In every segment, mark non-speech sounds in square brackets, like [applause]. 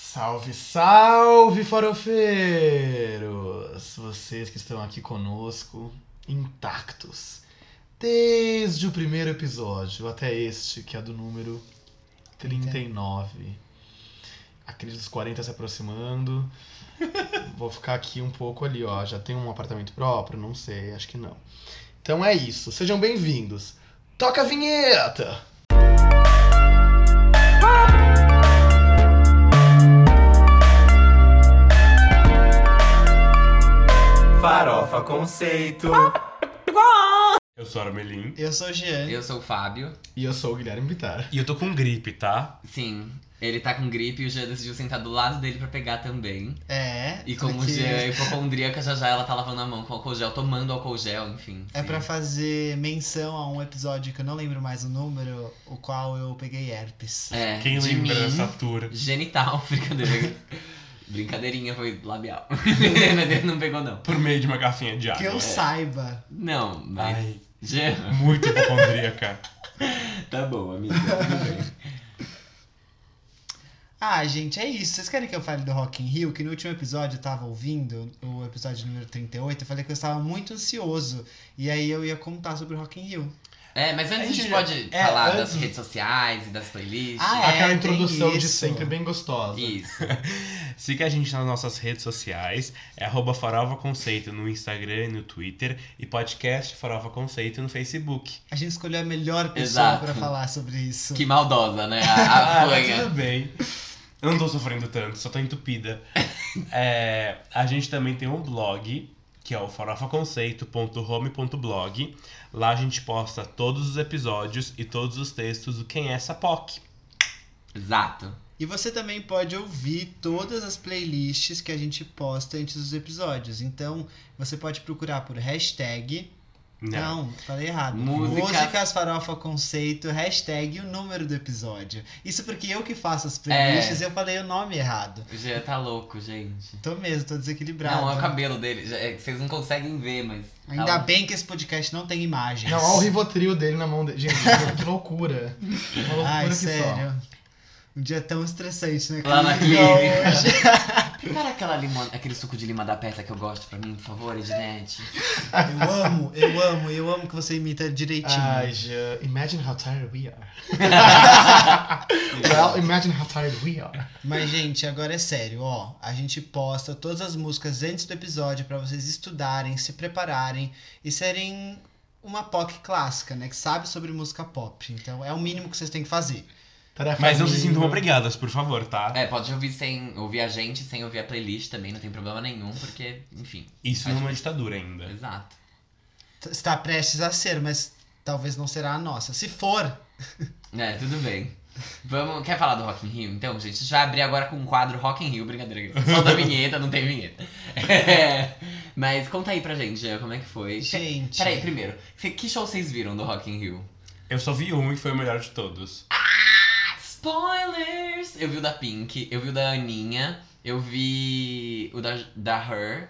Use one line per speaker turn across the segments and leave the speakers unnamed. Salve, salve, farofeiros! Vocês que estão aqui conosco, intactos, desde o primeiro episódio até este, que é do número 39. A crise dos 40 se
[laughs]
aproximando. Vou ficar aqui um pouco ali, ó. Já tem um apartamento próprio? Não sei, acho que não. Então é isso, sejam bem-vindos. Toca a vinheta!
Farofa Conceito. Eu sou Armelin.
Eu sou o Jean.
Eu sou o Fábio.
E eu sou o Guilherme Bittar.
E eu tô com gripe, tá?
Sim, ele tá com gripe e o Jean decidiu sentar do lado dele pra pegar também.
É.
E como o
porque
Jean é hipocondríaca, já já ela tá lavando a mão com álcool gel, tomando álcool gel, enfim.
É
sim.
pra fazer menção a um episódio que eu não lembro mais o número, o qual eu peguei herpes.
É,
Quem
de
lembra
mim,
dessa tour?
Genital, [laughs] brincadeira. Brincadeirinha, foi [laughs] labial. não pegou, não.
Por meio de uma garfinha de água.
Que
é.
eu saiba.
Não, mas.
Ai,
Jean,
muito hipocondríaca.
tá bom, amiga. Tudo bem.
Ah, gente, é isso. Vocês querem que eu fale do Rock in Rio? Que no último episódio eu tava ouvindo, o episódio número 38, eu falei que eu estava muito ansioso. E aí eu ia contar sobre o Rock in Rio.
É, mas antes a gente
gente-
pode
é,
falar
antes-
das redes sociais e das playlists.
Ah, é,
Aquela
tem
introdução de
isso.
sempre bem
é.
gostosa.
Isso.
[laughs] Siga a gente nas nossas redes sociais. É arroba Farofa Conceito no Instagram e no Twitter. E podcast Farofa Conceito no Facebook.
A gente escolheu a melhor pessoa
Exato.
pra falar sobre isso.
que maldosa, né? A, a
mas
fanha.
Ah, tá tudo bem. Eu não tô sofrendo tanto, só tô
[laughs]
entupida. É, a gente também tem um blog, que é o farofaconceito.home.blog. Lá a gente posta todos os episódios e todos os textos do Quem é essa POC.
é. Exato.
E você também pode ouvir todas as playlists que a gente posta antes dos episódios. Então, você pode procurar por hashtag. Não, falei errado.
Música-
Músicas farofa conceito, hashtag e o número do episódio. Isso porque eu que faço as
É.
playlists e eu falei o nome errado.
O Jean tá louco, gente.
Tô mesmo, tô desequilibrado.
Não, é o cabelo dele. já- é que vocês não conseguem ver, mas.
né? Ainda
tá-
bem que esse podcast não tem imagens.
Não, olha o Rivotril dele na mão dele. Gente, que loucura. Uma loucura
Ai,
que
sério. Um dia tão estressante, né?
Lá na
clínica
clínica.
hoje.
[laughs] Prepara aquela limona, aquele suco de lima da peça que eu gosto pra mim, por favor, Ednet.
Eu amo, eu amo, eu amo que você imita
só.
direitinho.
Ai, Jean, imagine how tired we
[laughs]
are. Well, imagine how tired we are.
Mas, gente, agora é sério, ó. A gente posta todas as músicas antes do episódio pra vocês estudarem, se prepararem e serem uma POC clássica, né? Que sabe sobre música pop. Então é o mínimo que vocês têm que fazer.
Tarefa
Mas não se
mínima.
sintam obrigadas, por favor, tá?
É, pode ouvir sem ouvir a gente, sem ouvir a playlist também, não tem problema nenhum, porque, enfim,
Isso não é uma ditadura ainda.
exato.
T- Está prestes a ser, mas talvez não será a nossa. Se for,
É, tudo bem. Vamos, quer falar do Rock in Rio? Então, gente, a gente vai abrir agora com o quadro Rock in Rio, brincadeira. que Solta a vinheta, não tem vinheta. [laughs] É, mas conta aí pra gente, Jean, como é que foi?
gente.
Peraí, primeiro, que- que show vocês viram do Rock in Rio?
Eu só vi um e foi o melhor de todos.
Spoilers! Eu vi o da Pink, eu vi o da Aninha, eu vi o da, da Her.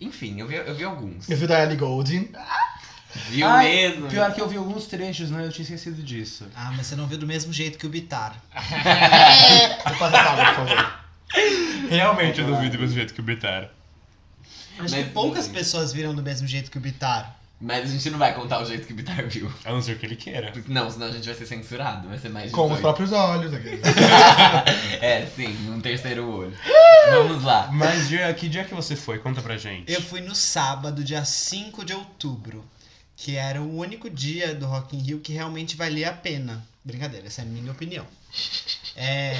Enfim, eu vi, eu vi alguns.
Eu vi da Ellie Goulding.
Viu
Ai,
mesmo?
Pior que eu vi alguns trechos, né? Eu tinha esquecido disso.
Ah, mas você não viu do mesmo jeito que o Bitar. É.
Eu passo a tábua, por favor.
Realmente eu duvido do jeito que o Bitar.
Acho
Mas
que poucas
tudo bem.
pessoas viram do mesmo jeito que o Bitar.
Mas a gente não vai contar o jeito que o Bitar viu.
A não ser que ele queira.
Porque- Não, senão a gente vai ser censurado, vai ser mais
Com os
18.
próprios olhos. aqui.
[laughs] É, sim, um terceiro olho. Vamos lá.
Mas Jean, que dia que você foi? Conta pra gente.
Eu fui no sábado, dia 5 de outubro, que era o único dia do Rock in Rio que realmente valia a pena. Brincadeira, essa é a minha opinião. É,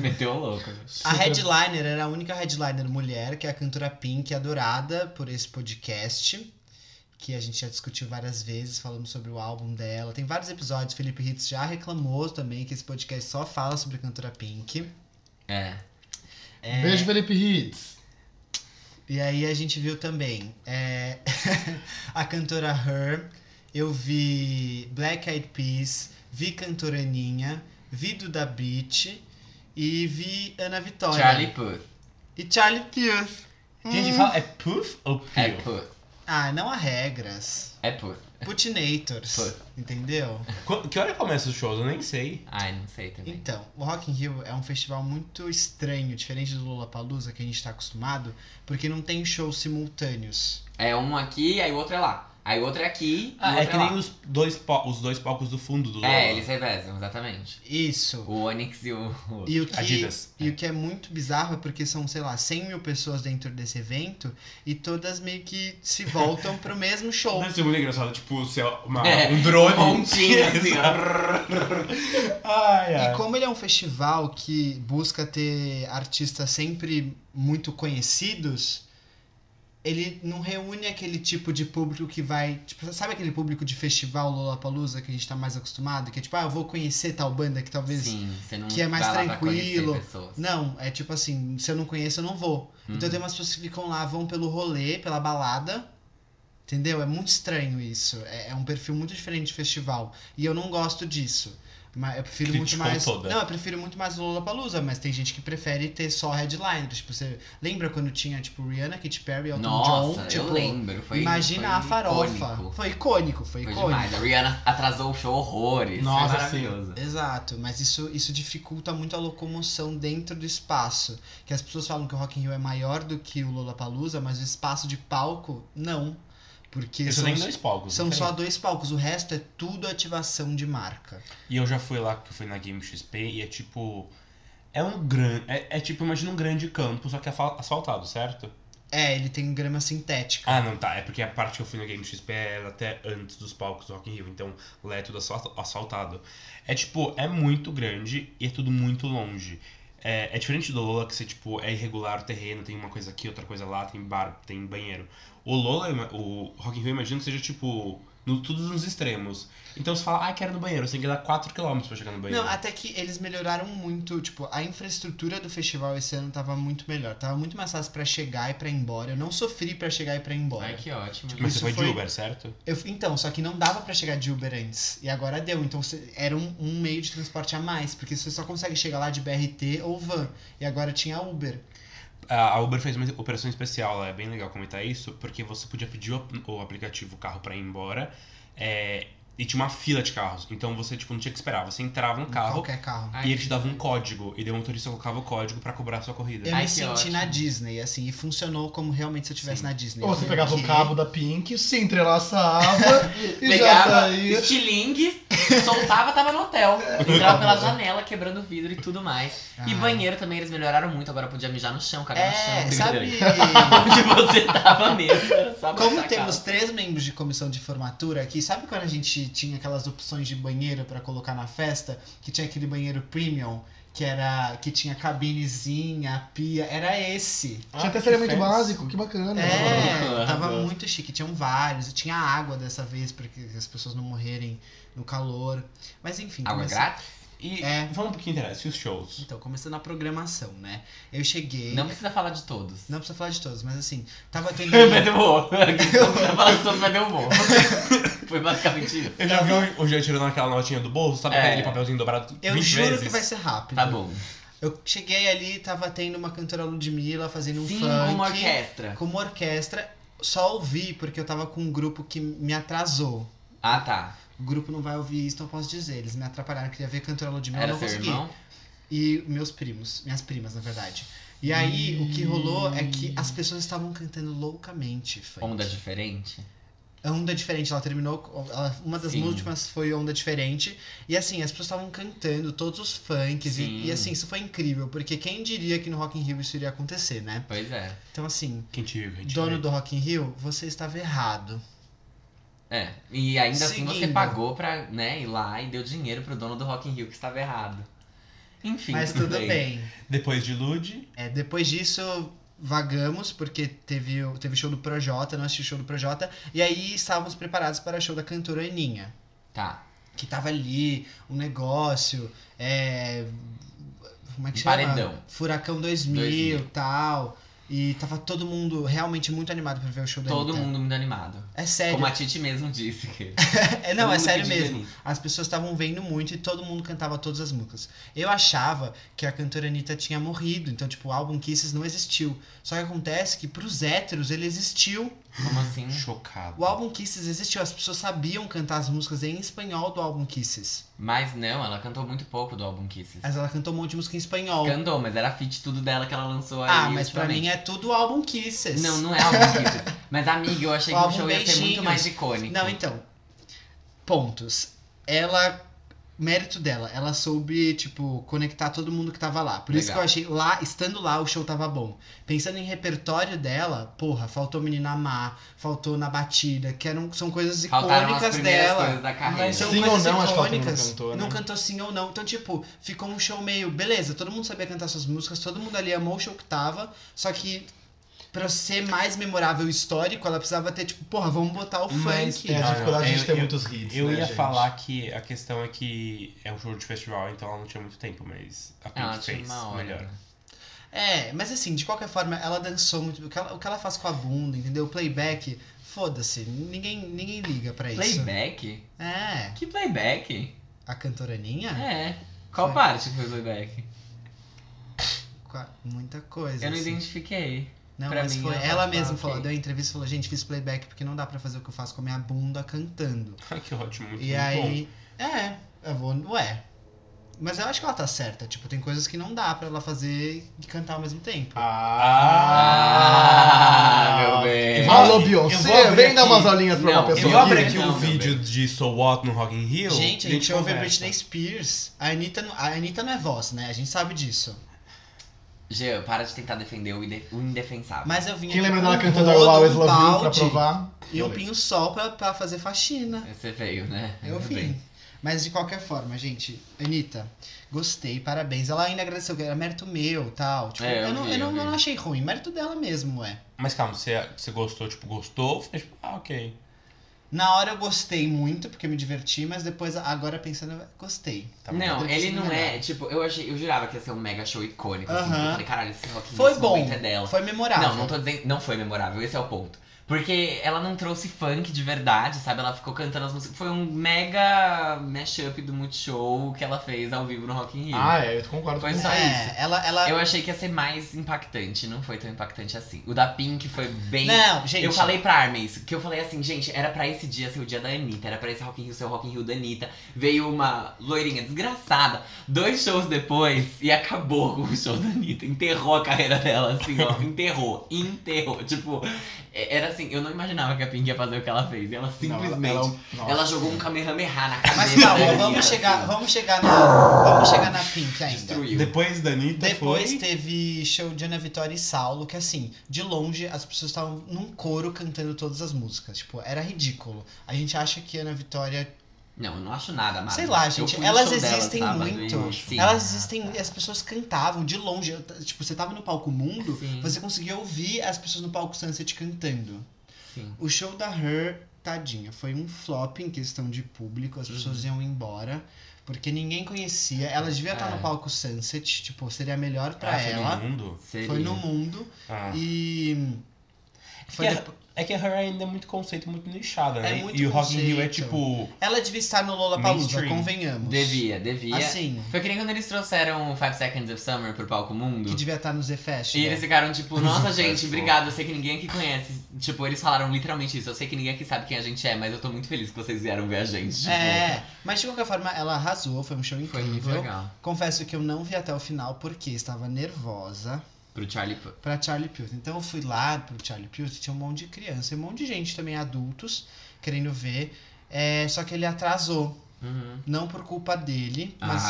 Meteu o louco.
[laughs] a headliner era a única headliner mulher, que é a cantora Pink, adorada por esse podcast, que a gente já discutiu várias vezes, falamos sobre o álbum dela. Tem vários episódios, Felipe Ritz já reclamou também que esse podcast só fala sobre a cantora Pink.
É.
Beijo, Felipe Hitz.
E aí a gente viu também é, [laughs] a cantora Her, eu vi Black Eyed Peas, vi cantora Aninha, vi Duda Beat e vi Ana Vitória.
Charlie Puth.
E Charlie Puth.
Gente, fala, é puff ou
É
pio?
Puth.
Ah, não há regras.
É por.
Putinators. Entendeu?
Qu- Que hora começa os shows? Eu nem sei.
Ai, não sei também.
Então, o Rock in Rio é um festival muito estranho, diferente do Lollapalooza que a gente tá acostumado, porque não tem shows simultâneos.
É um aqui, aí o outro é lá. Aí o outro é aqui. e o outro
é que
lá.
nem os dois, po- os dois palcos do fundo do Lola.
É, eles revezam, exatamente.
Isso.
O Onyx e o. o outro.
E o, que,
Adidas.
e o que é muito bizarro é porque são, sei lá, 100 mil pessoas dentro desse evento e todas meio que se voltam pro
[laughs]
mesmo show.
Deve ser muito engraçado, tipo, ser uma,
É,
um drone.
um
[laughs]
montinho, assim,
ai,
E
ai.
como ele é um festival que busca ter artistas sempre muito conhecidos, ele não reúne aquele tipo de público que vai. Tipo, sabe aquele público de festival Lollapalooza que a gente tá mais acostumado? Que é tipo, ah, eu vou conhecer tal banda que talvez.
Sim, você não
que é mais
vai lá pra
tranquilo.
conhecer pessoas.
Não, é tipo assim, se eu não conheço, eu não vou. Então
Hum.
tem umas pessoas que ficam lá, vão pelo rolê, pela balada. Entendeu? É muito estranho isso. É, é um perfil muito diferente de festival. E eu não gosto disso. Mas eu prefiro muito
Criticou
mais.
toda.
Não, eu prefiro muito mais o Lollapalooza, mas tem gente que prefere ter só headliners. Tipo, você lembra quando tinha, tipo, Rihanna, Katy Perry, Elton
Nossa,
John?
eu
Tipo,
lembro. Foi,
imagina
foi
a farofa.
icônico.
Foi icônico, foi
Foi
icônico.
demais. A Rihanna atrasou o show horrores.
Nossa,
foi maravilhoso.
Exato, mas isso, isso dificulta muito a locomoção dentro do espaço. Que as pessoas falam que o Rock in Rio é maior do que o Lollapalooza, mas o espaço de palco, não. Porque
Isso
são,
tem dois palcos.
são
não tem?
só dois palcos, o resto é tudo ativação de marca.
E eu já fui lá, que eu fui na Game XP, e é tipo. É um grande. É, é tipo, imagina um grande campo, só que é fa- asfaltado, certo?
É, ele tem grama sintética.
Ah, não, tá. É porque a parte que eu fui na Game XP era até antes dos palcos do Rock in Rio, então lá é tudo asfal- asfaltado. É tipo, é muito grande e é tudo muito longe. É, é diferente do Lola, que você, tipo, é irregular o terreno, tem uma coisa aqui, outra coisa lá, tem bar, tem banheiro. O Lola, eu ima- o Rock in Rio, eu imagino que seja, tipo, no, tudo nos extremos. Então você fala, ah, quero ir no banheiro, você tem que dar 4km pra chegar no banheiro.
Não, até que eles melhoraram muito, tipo, a infraestrutura do festival esse ano tava muito melhor. Tava muito mais fácil pra chegar e pra ir embora. Eu não sofri pra chegar e pra ir embora.
Ai, que ótimo.
Mas
Isso
você foi,
foi-
de Uber, certo?
Eu, então, só que não dava pra chegar de Uber antes. E agora deu. Então cê- era um, um meio de transporte a mais. Porque você só consegue chegar lá de BRT ou van. E agora tinha Uber.
A a Uber fez uma operação especial, lá, é bem legal comentar isso, porque você podia pedir o o aplicativo, o carro pra ir embora, é, e tinha uma fila de carros. Então você tipo, não tinha que esperar, você entrava no carro
Qualquer carro. É.
Ai,
e ele te dava um código, e daí o motorista colocava o código pra cobrar a sua corrida.
Eu
Ai,
me
que
senti
ótimo.
na Disney, assim. E funcionou como realmente se eu estivesse
Sim.
na Disney.
Ou
Eu
você
falei,
pegava o
"Ok".
cabo da Pink, se
[laughs]
entrelaçava e já
tá
Pegava
saía.
estilingue, soltava, tava no hotel. Entrava pela janela, quebrando vidro e tudo mais. E
Ai.
banheiro também eles melhoraram muito, agora podia mijar no chão, cagar
É,
no chão.
sabe...
[laughs] Onde você tava mesmo. era
[laughs]
só
Como
botar a
temos
calça.
três membros de comissão de formatura aqui, sabe quando a gente tinha aquelas opções de banheiro pra colocar na festa? Que tinha aquele banheiro premium, que era. que tinha cabinezinha, pia. Era esse.
Tinha até
que
seria muito
fez.
básico, que bacana.
Ah,
[laughs]
É, tava
Arrasou.
muito chique. Tinham vários. Tinha água dessa vez, pra que as pessoas não morrerem no calor. Mas enfim.
Água
começa-
grátis?
E
É.
vamos pro que interessa, e os shows.
Então, começando a programação, né? Eu cheguei.
Não precisa falar de todos.
Não precisa falar de todos, mas assim,
[laughs]
tava tendo.
Mas eu vou. Não precisa falar de todos, mas eu vou. Foi basicamente isso.
Eu já vi o Jean tirando aquela notinha do bolso, sabe
É.
aquele papelzinho dobrado
Eu
20
juro
vezes?
que vai ser rápido.
Tá bom.
Eu cheguei ali, tava tendo uma cantora Ludmilla fazendo um
Sim,
funk.
com uma orquestra.
Com uma orquestra. Só ouvi porque eu tava com um grupo que me atrasou.
Ah, tá.
O grupo não vai ouvir isso, não posso dizer. Eles me atrapalharam, eu queria ver cantora Ludmilla, eu
Era
não
seu
consegui.
irmão?
e meus primos, minhas primas, na verdade. E aí, o que rolou é que as pessoas estavam cantando loucamente. Funk.
Onda diferente?
Onda é diferente, ela terminou. com- ela- uma das
Sim.
últimas foi onda diferente. E assim, as pessoas estavam cantando todos os funks.
Sim.
E, e, assim, isso foi incrível, porque quem diria que no Rock in Rio isso iria acontecer, né?
Pois é.
Então, assim,
Quem te viu, quem te
dono
viu.
do Rock in Rio, você estava errado.
É. E ainda assim você
Seguindo.
pagou pra né, ir lá e deu dinheiro pro dono do Rock in Rio que estava errado. Enfim,
Mas
tudo,
tudo bem.
Depois de Lude,
É, depois disso, vagamos, porque teve o teve show do Projota, nós assistimos o show do Projota. E aí estávamos preparados para o show da cantora Aninha.
Tá.
que tava ali, um negócio, é... Como é que
Um
chama?
paredão.
Furacão 2000 e
2000.
tal. E tava todo mundo realmente muito animado pra ver o show da
Todo
Anitta.
mundo muito animado.
É sério.
Como a Titi mesmo disse que.
É, não,
todo
é
mundo
sério
pedindo
mesmo.
Anitta.
As pessoas estavam vendo muito e todo mundo cantava todas as músicas. Eu achava que a cantora Anitta tinha morrido, então, tipo, o álbum Kisses não existiu. Só que acontece que pros héteros ele existiu.
Como assim?
Chocado.
O álbum Kisses existiu, as pessoas sabiam cantar as músicas em espanhol do álbum Kisses.
Mas não, ela cantou muito pouco do álbum Kisses.
Mas ela cantou um monte de música em espanhol.
Cantou, mas era fit tudo dela que ela lançou aí.
ah, mas pra mim
ultimamente.
é tudo o álbum Kisses.
Não, não
[laughs]
é álbum Kisses. Mas amiga, eu achei
O
que o
álbum
show ia ser muito
Beijinhos.
mais icônico.
Não, então. Pontos. Ela. Mérito dela, ela soube, tipo, conectar todo mundo que tava lá. Por isso que
Legal.
eu achei, lá, estando lá, o show tava bom. Pensando em repertório dela, porra, faltou Menina Má, faltou Na Batida, que eram, são coisas
Faltaram as
icônicas
primeiras
dela.
coisas da carreira.
Mas são
Sim ou
coisas
não, acho que ela também não
icônicas.
cantou, né?
Não cantou sim ou não. Então, tipo, ficou um show meio. Beleza, todo mundo sabia cantar suas músicas, todo mundo ali amou o show que tava. Só que, pra ser mais memorável e histórico, ela precisava ter, tipo, porra, vamos botar o
Mas
funk.
Tem a
Não,
dificuldade
eu-
de ter
eu-
muitos hits.
Eu
né,
é
ia
gente?
falar que a questão é que é um show de festival, então ela não tinha muito tempo, mas a Pink
Ela tinha
fez
Ah, uma hora.
melhor.
É, mas assim, de qualquer forma, ela dançou muito. O que ela, o que ela faz com a bunda, entendeu? O playback, foda-se. Ninguém, ninguém liga pra isso.
Playback?
É.
Que playback?
A cantoraninha?
É. Qual
Foi.
parte que foi playback?
Qua- Muita coisa.
Eu não
assim.
identifiquei.
Não,
Pra
mas
mim,
foi.
ela
Ela,
fala,
mesma
ok.
falou, deu entrevista e falou, gente, fiz playback porque não dá pra fazer o que eu faço com a minha bunda cantando.
Ai, que ótimo, muito,
E
muito
aí. É, eu vou. Ué. Mas eu acho que ela tá certa. Tipo, tem coisas que não dá pra ela fazer e cantar ao mesmo tempo.
Ah,
Ah, meu bem.
Alô,
Eu vou
Beyoncé,
abrir
vem dar
aqui-
umas aulinhas pra
Não,
uma
eu
bom. Eu
pessoa.
vou
abri
aqui,
aqui
não,
um
meu
vídeo de So What no Rock in Rio.
gente, a gente ouve a
conversa.
Britney Spears. A Anitta, não- a Anitta não é voz, né? A gente sabe disso.
Jean, para de tentar defender o, inde- o indefensável.
Mas eu vim
Quem
aqui
lembra
com
dela
um
cantando I
rodo,
Will Always
um
Love You pra
balde
provar?
E um
Eu
pinho sol pra, pra fazer faxina.
Você veio, né?
Eu
Muito
vim.
bem.
Mas de qualquer forma, gente, Anitta, gostei, parabéns. Ela ainda agradeceu, que era mérito meu tal. Tipo,
É, eu
eu, não,
vi,
eu, não,
eu vi.
eu não achei ruim, mérito dela mesmo, é. ué.
Mas calma, você, você gostou, tipo, gostou? Fez, tipo, ah, ok.
Na hora eu gostei muito, porque me diverti, mas depois, agora pensando, gostei.
Tá bom.
não,
Depois
ele
você
não
me
é,
lembra.
tipo, eu achei, eu jurava que ia ser um mega show icônico, assim,
Aham.
eu falei, caralho, esse rock in Rio,
Foi
esse
bom,
momento é dela.
foi memorável.
Não, não tô dizendo, não foi memorável, esse é o ponto. Porque ela não trouxe funk de verdade, sabe? Ela ficou cantando as músicas, foi um mega mashup do Multishow que ela fez ao vivo no Rock in Rio.
Ah, é, eu concordo com
Foi
você.
só
É,
isso.
ela, ela...
Eu achei que ia ser mais impactante, não foi tão impactante assim. O da Pink foi bem
Não, gente...
eu falei pra Armin isso, que eu falei assim, gente, era pra esse dia ser o dia da Anitta, era pra esse Rock in Rio ser o Rock in Rio da Anitta. Veio uma loirinha desgraçada, dois shows depois, e acabou [laughs] com o show da Anitta. Enterrou a carreira dela,
[laughs]
assim, ó, enterrou, enterrou. Tipo, é- era assim, eu não imaginava que a Pink ia fazer o que ela fez, e ela é simplesmente, ela,
nossa.
jogou um Kamehameha na cabeça
Mas
da
calma,
Anitta,
vamos chegar,
assim,
vamos chegar na... Vamos chegar na Pink ainda.
Destruiu.
Depois da Anitta
Depois
foi...
teve show de Ana Vitória e Saulo, que assim, de longe as pessoas estavam num coro cantando todas as músicas. Tipo, era ridículo. A gente acha que Ana Vitória.
Não, eu não acho nada, Mara.
Sei lá,
Eu
gente,
fui no
elas
show dela
existem
sábado
muito.
e- um Sim.
Elas existem. As pessoas cantavam de longe. Eu t- Tipo, você tava no palco mundo,
Sim.
você conseguia ouvir as pessoas no palco Sunset cantando.
Sim.
O show da Her, tadinha, foi um flop em questão de público, as
Uhum.
pessoas iam embora. Porque ninguém conhecia, ela devia estar
É.
no palco Sunset, tipo, seria melhor pra
Ah, foi
ela.
no mundo?
Seria.
Foi no mundo
Ah.
e. Foi
É.
depo-
É que a Her ainda é muito conceito, muito nichada, né?
É muito
e o Rock in Rio é,
conceito.
tipo...
Ela devia estar no Lollapalooza,
Mainstream.
convenhamos.
Devia, devia.
Assim,
Foi que nem quando eles trouxeram o Five Seconds of Summer pro palco mundo.
que devia estar no Z Fest.
E
né?
eles ficaram tipo, nossa gente,
Festival.
obrigado, eu sei que ninguém aqui conhece. Tipo, eles falaram literalmente isso. Eu sei que ninguém aqui sabe quem a gente é, mas eu tô muito feliz que vocês vieram ver a gente. Tipo,
É, mas de qualquer forma, ela arrasou, foi um show
foi muito
incrível.
legal.
Confesso que eu não vi até o final porque estava nervosa
Pro Charlie Puth.
pra Charlie Puth. Então eu fui lá pro Charlie Puth e tinha um monte de criança e um monte de gente também, adultos, querendo ver. É, só que ele atrasou,
Uhum.
não por culpa dele, mas.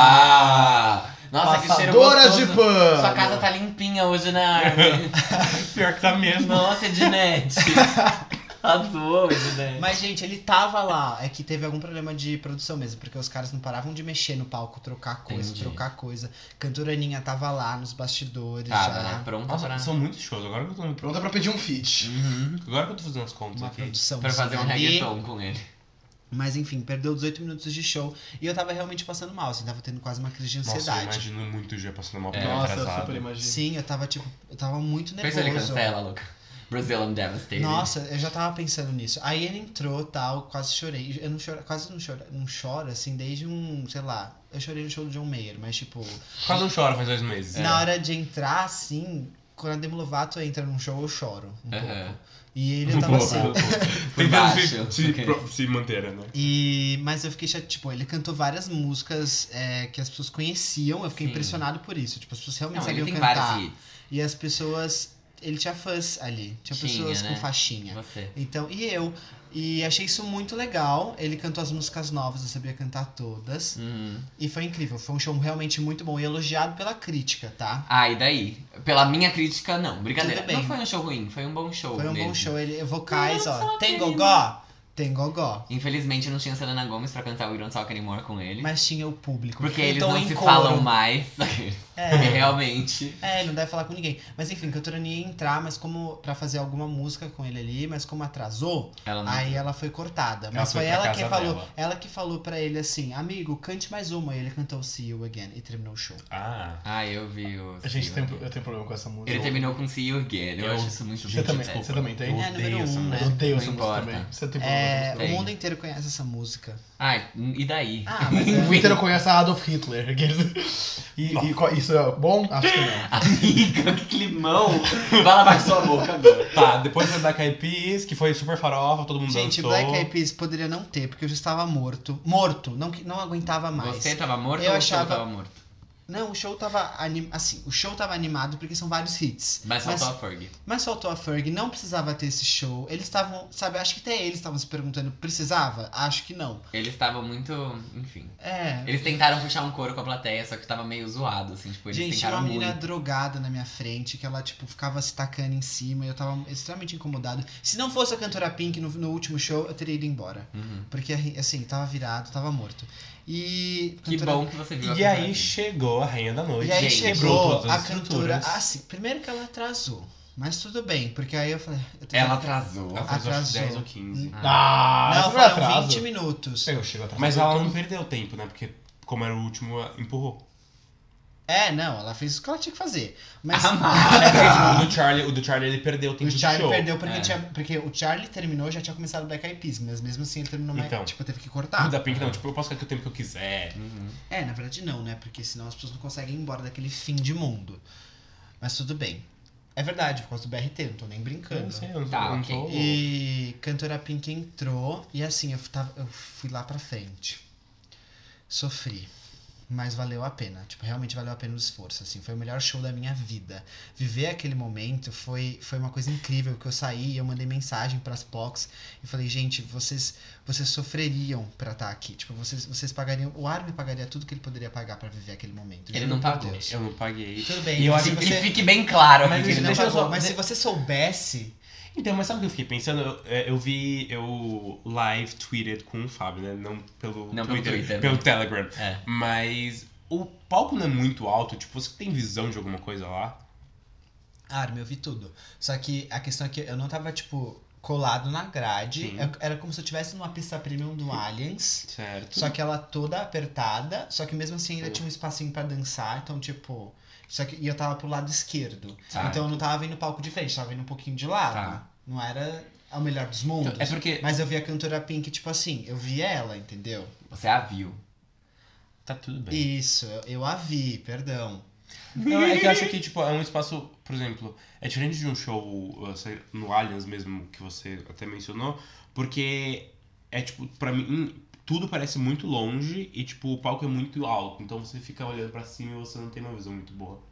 Ah! Nossa, que cheiro
Passadora
gostoso.
de pano.
Sua casa tá limpinha hoje, né, Armin?
Pior que tá mesmo.
nossa, Tá Edinete. Azul, Edinete.
Mas, gente, ele tava lá. É que teve algum problema de produção mesmo, porque os caras não paravam de mexer no palco, trocar coisa,
Entendi.
trocar coisa. Cantoraninha tava lá nos bastidores
Tava,
já.
né? Pronta
Nossa,
pra...
são muitos shows. Agora que eu tô me
Pronta pra pedir um feat.
Uhum.
Agora que eu tô fazendo as contas
Uma
aqui.
produção.
Pra fazer um
ali.
reggaeton com ele.
Mas enfim, perdeu 18 minutos de show e eu tava realmente passando mal, assim, tava tendo quase uma crise de
Nossa, eu
ansiedade.
imagino muito o Gia passando mal porque ele é
Nossa, eu
atrasado.
super imagino.
Sim, eu tava tipo, eu tava muito
Pensa ele
nervoso.
cancela, Luca. Brazil I'm devastated.
Nossa, eu já tava pensando nisso. Aí ele entrou, tal, quase chorei. Eu não choro, quase não choro, não choro assim desde um, sei lá. Eu chorei no show do John Mayer, mas tipo,
Quase não chora faz dois meses.
É.
na hora de entrar assim, quando a Demi Lovato entra num show, eu choro um
Aham.
pouco. E
[laughs]
ele eu tava assim.
Por
Tentando
baixo.
se, se,
Ok.
pro- se manter, né?
E, mas eu fiquei chateado, tipo, ele cantou várias músicas é, que as pessoas conheciam, eu fiquei
Sim.
impressionado por isso. Tipo, as pessoas realmente
Não, ele
sabiam
tem
cantar.
vários hits.
E as pessoas. Ele tinha fãs ali. Tinha,
Tinha,
pessoas com
né?
faixinha.
Você.
Então, e eu. E achei isso muito legal. Ele cantou as músicas novas, eu sabia cantar todas.
Uhum.
E foi incrível. Foi um show realmente muito bom e elogiado pela crítica, tá?
Ah, e daí? Pela minha crítica, não. Brincadeira.
Tudo bem.
Não foi um show ruim, foi um bom show
Foi um bom
mesmo.
show. Ele, vocais,
Não,
ó.
só
Tem
tem,
gogó? Tem gogó.
Infelizmente eu não tinha Selena Gomes pra cantar We Don't Talk Anymore com ele.
Mas tinha o público.
porque
Então,
eles não
em
se
coro.
falam mais. [laughs]
É.
Porque realmente.
É, ele não deve falar com ninguém. Mas enfim, cantora não ia entrar, mas como pra fazer alguma música com ele ali, mas como atrasou,
Ela não.
aí ela foi cortada. Mas
foi
foi
pra
ela
casa
que falou,
dela.
ela que falou pra ele assim, amigo, cante mais uma. E ele cantou See You Again e terminou o show.
Ah.
Ah, eu vi o.
A gente
See
um
tem, um
You Again.
eu tenho problema com essa música.
Ele
Eu-
terminou com See You Again. Eu,
Eu-
acho isso muito
Você também,
desnecessário.
você também tem?
Eu
É, número
odeio essa
um, né?
Eu
música.
odeio
Não
essa música
importa.
também. Você tem problema
É,
com
o
Tem.
mundo inteiro conhece essa música.
Ai, hum, e daí? [laughs]
Ah, [laughs]
essa
mas
música. O
Enfim.
Twitter conhece a Adolf Hitler. [laughs] aqueles- E, e qual- isso é bom? Acho que não.
Amiga, que climão! Vai lavar sua boca agora.
Tá, depois da Black Eyed Peas, que foi super farofa, todo mundo
Gente,
dançou.
Black Eyed Peas poderia não ter, porque eu já estava morto. Morto, não, que- não aguentava mais.
Você tava morto
Eu
ou
achava-
eu tava morto?
Não, o show tava anim... assim, o show tava animado porque são vários hits.
Mas faltou a Ferg.
Mas faltou a Ferg, não precisava ter esse show. Eles estavam, sabe, acho que até eles estavam se perguntando, precisava? Acho que não.
Eles estavam muito. Enfim.
É.
Eles tentaram puxar um couro com a plateia, só que tava meio zoado, assim, tipo, eles
Gente, tinha
tentaram
uma
muito.
menina drogada na minha frente, que ela, tipo, ficava se tacando em cima e eu tava extremamente incomodado. Se não fosse a cantora Pink no, no último show, eu teria ido embora.
Uhum.
Porque, assim, tava virado, tava morto. E.
Que
cantora-
bom que você viu a
E aí
Fergie.
chegou a Rainha da Noite.
E aí
Gente,
chegou
todas
a
as
cantora.
estruturas.
Assim, primeiro que ela atrasou, mas tudo bem, porque aí eu falei. eu tô-
Ela atrasou.
Ela fez, acho,
Atrasou.
10 ou 15.
Ah, isso
Não,
não é
foram
atraso.
20 minutos.
Eu chego atrasado.
Mas ela não perdeu tempo, né? Porque como era o último, ela empurrou.
É, não, ela fez o que ela tinha que fazer. Mas
Amada.
O, do Charlie, o do Charlie, ele perdeu tempo
Ah, é o
de
Charlie
show.
perdeu porque,
É.
tinha, porque o Charlie terminou já tinha começado o Black Eyed Peas, mas mesmo assim ele terminou mais.
Então.
Tipo, teve que
O
cortar.
da Pink não, tipo, eu posso ficar aqui o tempo que eu quiser.
Uhum.
É, na verdade não, né? Porque senão as pessoas não conseguem ir embora daquele fim de mundo. Mas tudo bem. É verdade, por causa do BRT, não tô
Eu
nem
não
brincando.
sei, eu não,
Tá,
eu não
ok.
tô...
E cantora Pink entrou e assim, eu, tava- eu fui lá pra frente. Sofri. Mas valeu a pena. Tipo, realmente valeu a pena o esforço, assim. Foi o melhor show da minha vida. Viver aquele momento foi, foi uma coisa incrível. Que eu saí, eu mandei mensagem pras POCs e falei, gente, vocês vocês sofreriam pra estar aqui. Tipo, vocês, vocês pagariam. O Armin pagaria tudo que ele poderia pagar pra viver aquele momento.
Ele
juro
não
por
pagou.
Deus.
Eu não paguei.
Tudo bem,
E eu
mas
acho
se
que
E
você-
fique bem claro
Mas
aqui.
Ele não
Deixa eu
pagou,
só-
mas
de-
se você soubesse.
Então, mas sabe o que eu fiquei pensando? Eu, é, eu vi, eu live tweeted com o Fábio, né? Não pelo
Não pelo
Twitter,
Twitter.
pelo Telegram.
É.
Mas o palco não é muito alto, tipo, você tem visão de alguma coisa lá?
Armin, eu vi tudo. Só que a questão é que eu não tava, tipo, colado na grade.
Sim.
Eu- era como se eu estivesse numa pista premium do Aliens.
Certo.
Só que ela toda apertada. Só que mesmo assim ainda tinha um espacinho pra dançar. Então, tipo. Só que e eu tava pro lado esquerdo.
Tá.
Então eu não tava vendo o palco de frente, tava vendo um pouquinho de lado.
Tá.
Não era o melhor dos mundos.
é porque
Mas eu vi a cantora Pink, tipo assim, eu vi ela, entendeu?
Você a viu.
tá tudo bem.
Isso, eu, eu a vi, perdão.
Não, é que eu acho
[laughs]
que, tipo, é um espaço, por exemplo, é diferente de um show uh, sei- no Aliens mesmo, que você até mencionou, porque é, tipo, pra mim, tudo parece muito longe e, tipo, o palco é muito alto, então você fica olhando pra cima e você não tem uma visão muito boa.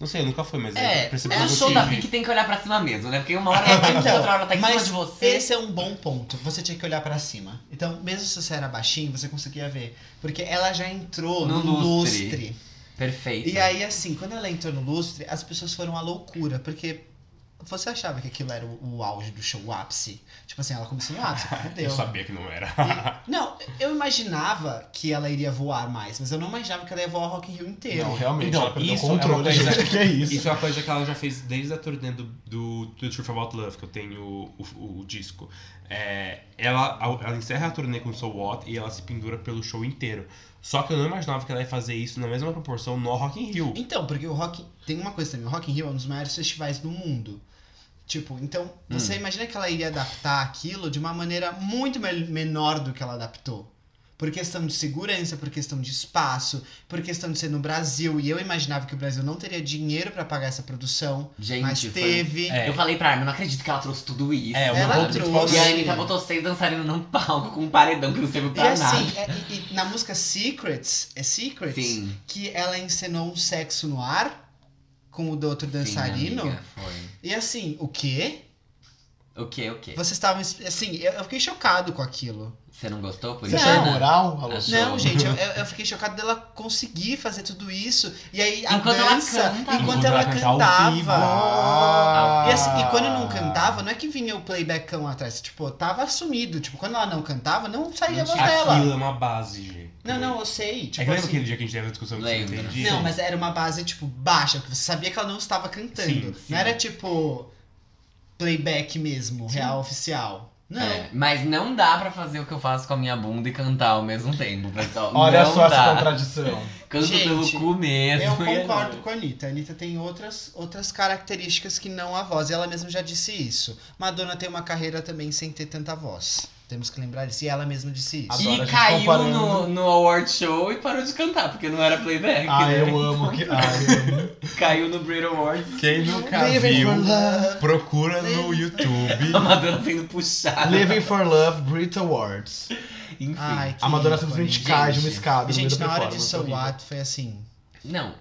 Não sei, nunca foi, mas
É,
a percepção
É o
que eu
show da
tive-
Pink tem que olhar pra cima mesmo, né? Porque uma hora ela tá aqui,
Então,
outra hora tá em cima
mas
de você.
Esse é um bom ponto. Você tinha que olhar pra cima. Então, mesmo se você era baixinho, você conseguia ver. Porque ela já entrou no,
No
lustre.
lustre. Perfeito.
E aí, assim, quando ela entrou no lustre, as pessoas foram à loucura. Porque Você achava que aquilo era o, o auge do show, o ápice? Tipo assim, ela começou no ápice, fudeu.
Eu sabia que não era.
Não, eu imaginava que ela iria voar mais, mas eu não imaginava que ela ia voar o Rock in Rio inteiro.
Não, realmente,
Então,
ela perdeu o
isso é uma
controle.
coisa-
gente, que é isso?
Isso é uma coisa que ela já fez desde a turnê do, do, do Truth About Love, que eu tenho o, o- o disco. É, ela, ela encerra a turnê com So What e ela se pendura pelo show inteiro. Só que eu não imaginava que ela ia fazer isso na mesma proporção no Rock in Rio.
Então, porque o Rock. Tem uma coisa também, o Rock in Rio é um dos maiores festivais do mundo. Tipo, então,
Hum.
você imagina que ela iria adaptar aquilo de uma maneira muito mel- menor do que ela adaptou. Por questão de segurança, por questão de espaço, por questão de ser no Brasil. E eu imaginava que o Brasil não teria dinheiro pra pagar essa produção,
Gente,
mas
foi- um
teve.
É.
Eu falei pra Armin, não acredito que ela trouxe tudo isso.
É, eu
Ela
vou-
trouxe.
E a Anitta botou seis dançarinos num palco com um paredão que não serviu
E
pra nada.
assim, é- e- e na música Secrets, é Secrets,
Sim.
que ela encenou um sexo no ar com o do outro dançarino.
Sim, amiga, foi.
e assim, o quê?
O que, o que?
Vocês estavam. Assim, eu eu fiquei chocado com aquilo.
Você não gostou por
Você
Não.
isso?
achou
Ana?
moral? Alô?
[laughs]
Achou.
Não, gente, eu, eu- eu fiquei chocado dela conseguir fazer tudo isso. E aí a
Enquanto ela
dança,
canta.
enquanto
Enquanto
ela
ela canta ao
cantava.
vivo.
Ah.
E, assim, e quando não cantava, não é que vinha o playbackão atrás. Tipo, tava assumido. Tipo, quando ela não cantava, não saía a voz dela.
Aquilo é uma base, gente.
Então, Não, não, eu sei.
É
Tipo,
que lembra
assim,
aquele dia que a gente teve a discussão que você
Lembro.
entendia?
Não, mas era uma base, tipo, baixa, que você sabia que ela não estava cantando.
Sim, sim.
Não era, tipo, playback mesmo, real oficial. Não.
É, mas não dá pra fazer o que eu faço com a minha bunda e cantar ao mesmo tempo, pessoal.
Olha
não
só essa
[laughs]
dá.
contradição.
Canto
Gente,
pelo cu mesmo.
Eu
e é
concordo
não.
com a Anitta. A Anitta tem outras, outras características que não a voz. E ela mesma já disse isso. Madonna tem uma carreira também sem ter tanta voz. Temos que lembrar disso. E ela mesma disse isso.
Adoro a
e
gente
caiu
comparando.
no, no award show e parou de cantar, porque não era playback.
Ah,
né?
eu amo. Que... Ah, eu amo.
Caiu no Brit Awards.
Quem nunca
Living
viu,
for Love.
procura no YouTube.
A Madonna sendo puxada.
Living for Love, Brit Awards.
Enfim.
Ai, que
A Madonna
ícone.
simplesmente
Gente.
cai de
um
uma escada no meio
Gente,
da
na hora de
performance,
So
horrível.
What foi assim.
Não.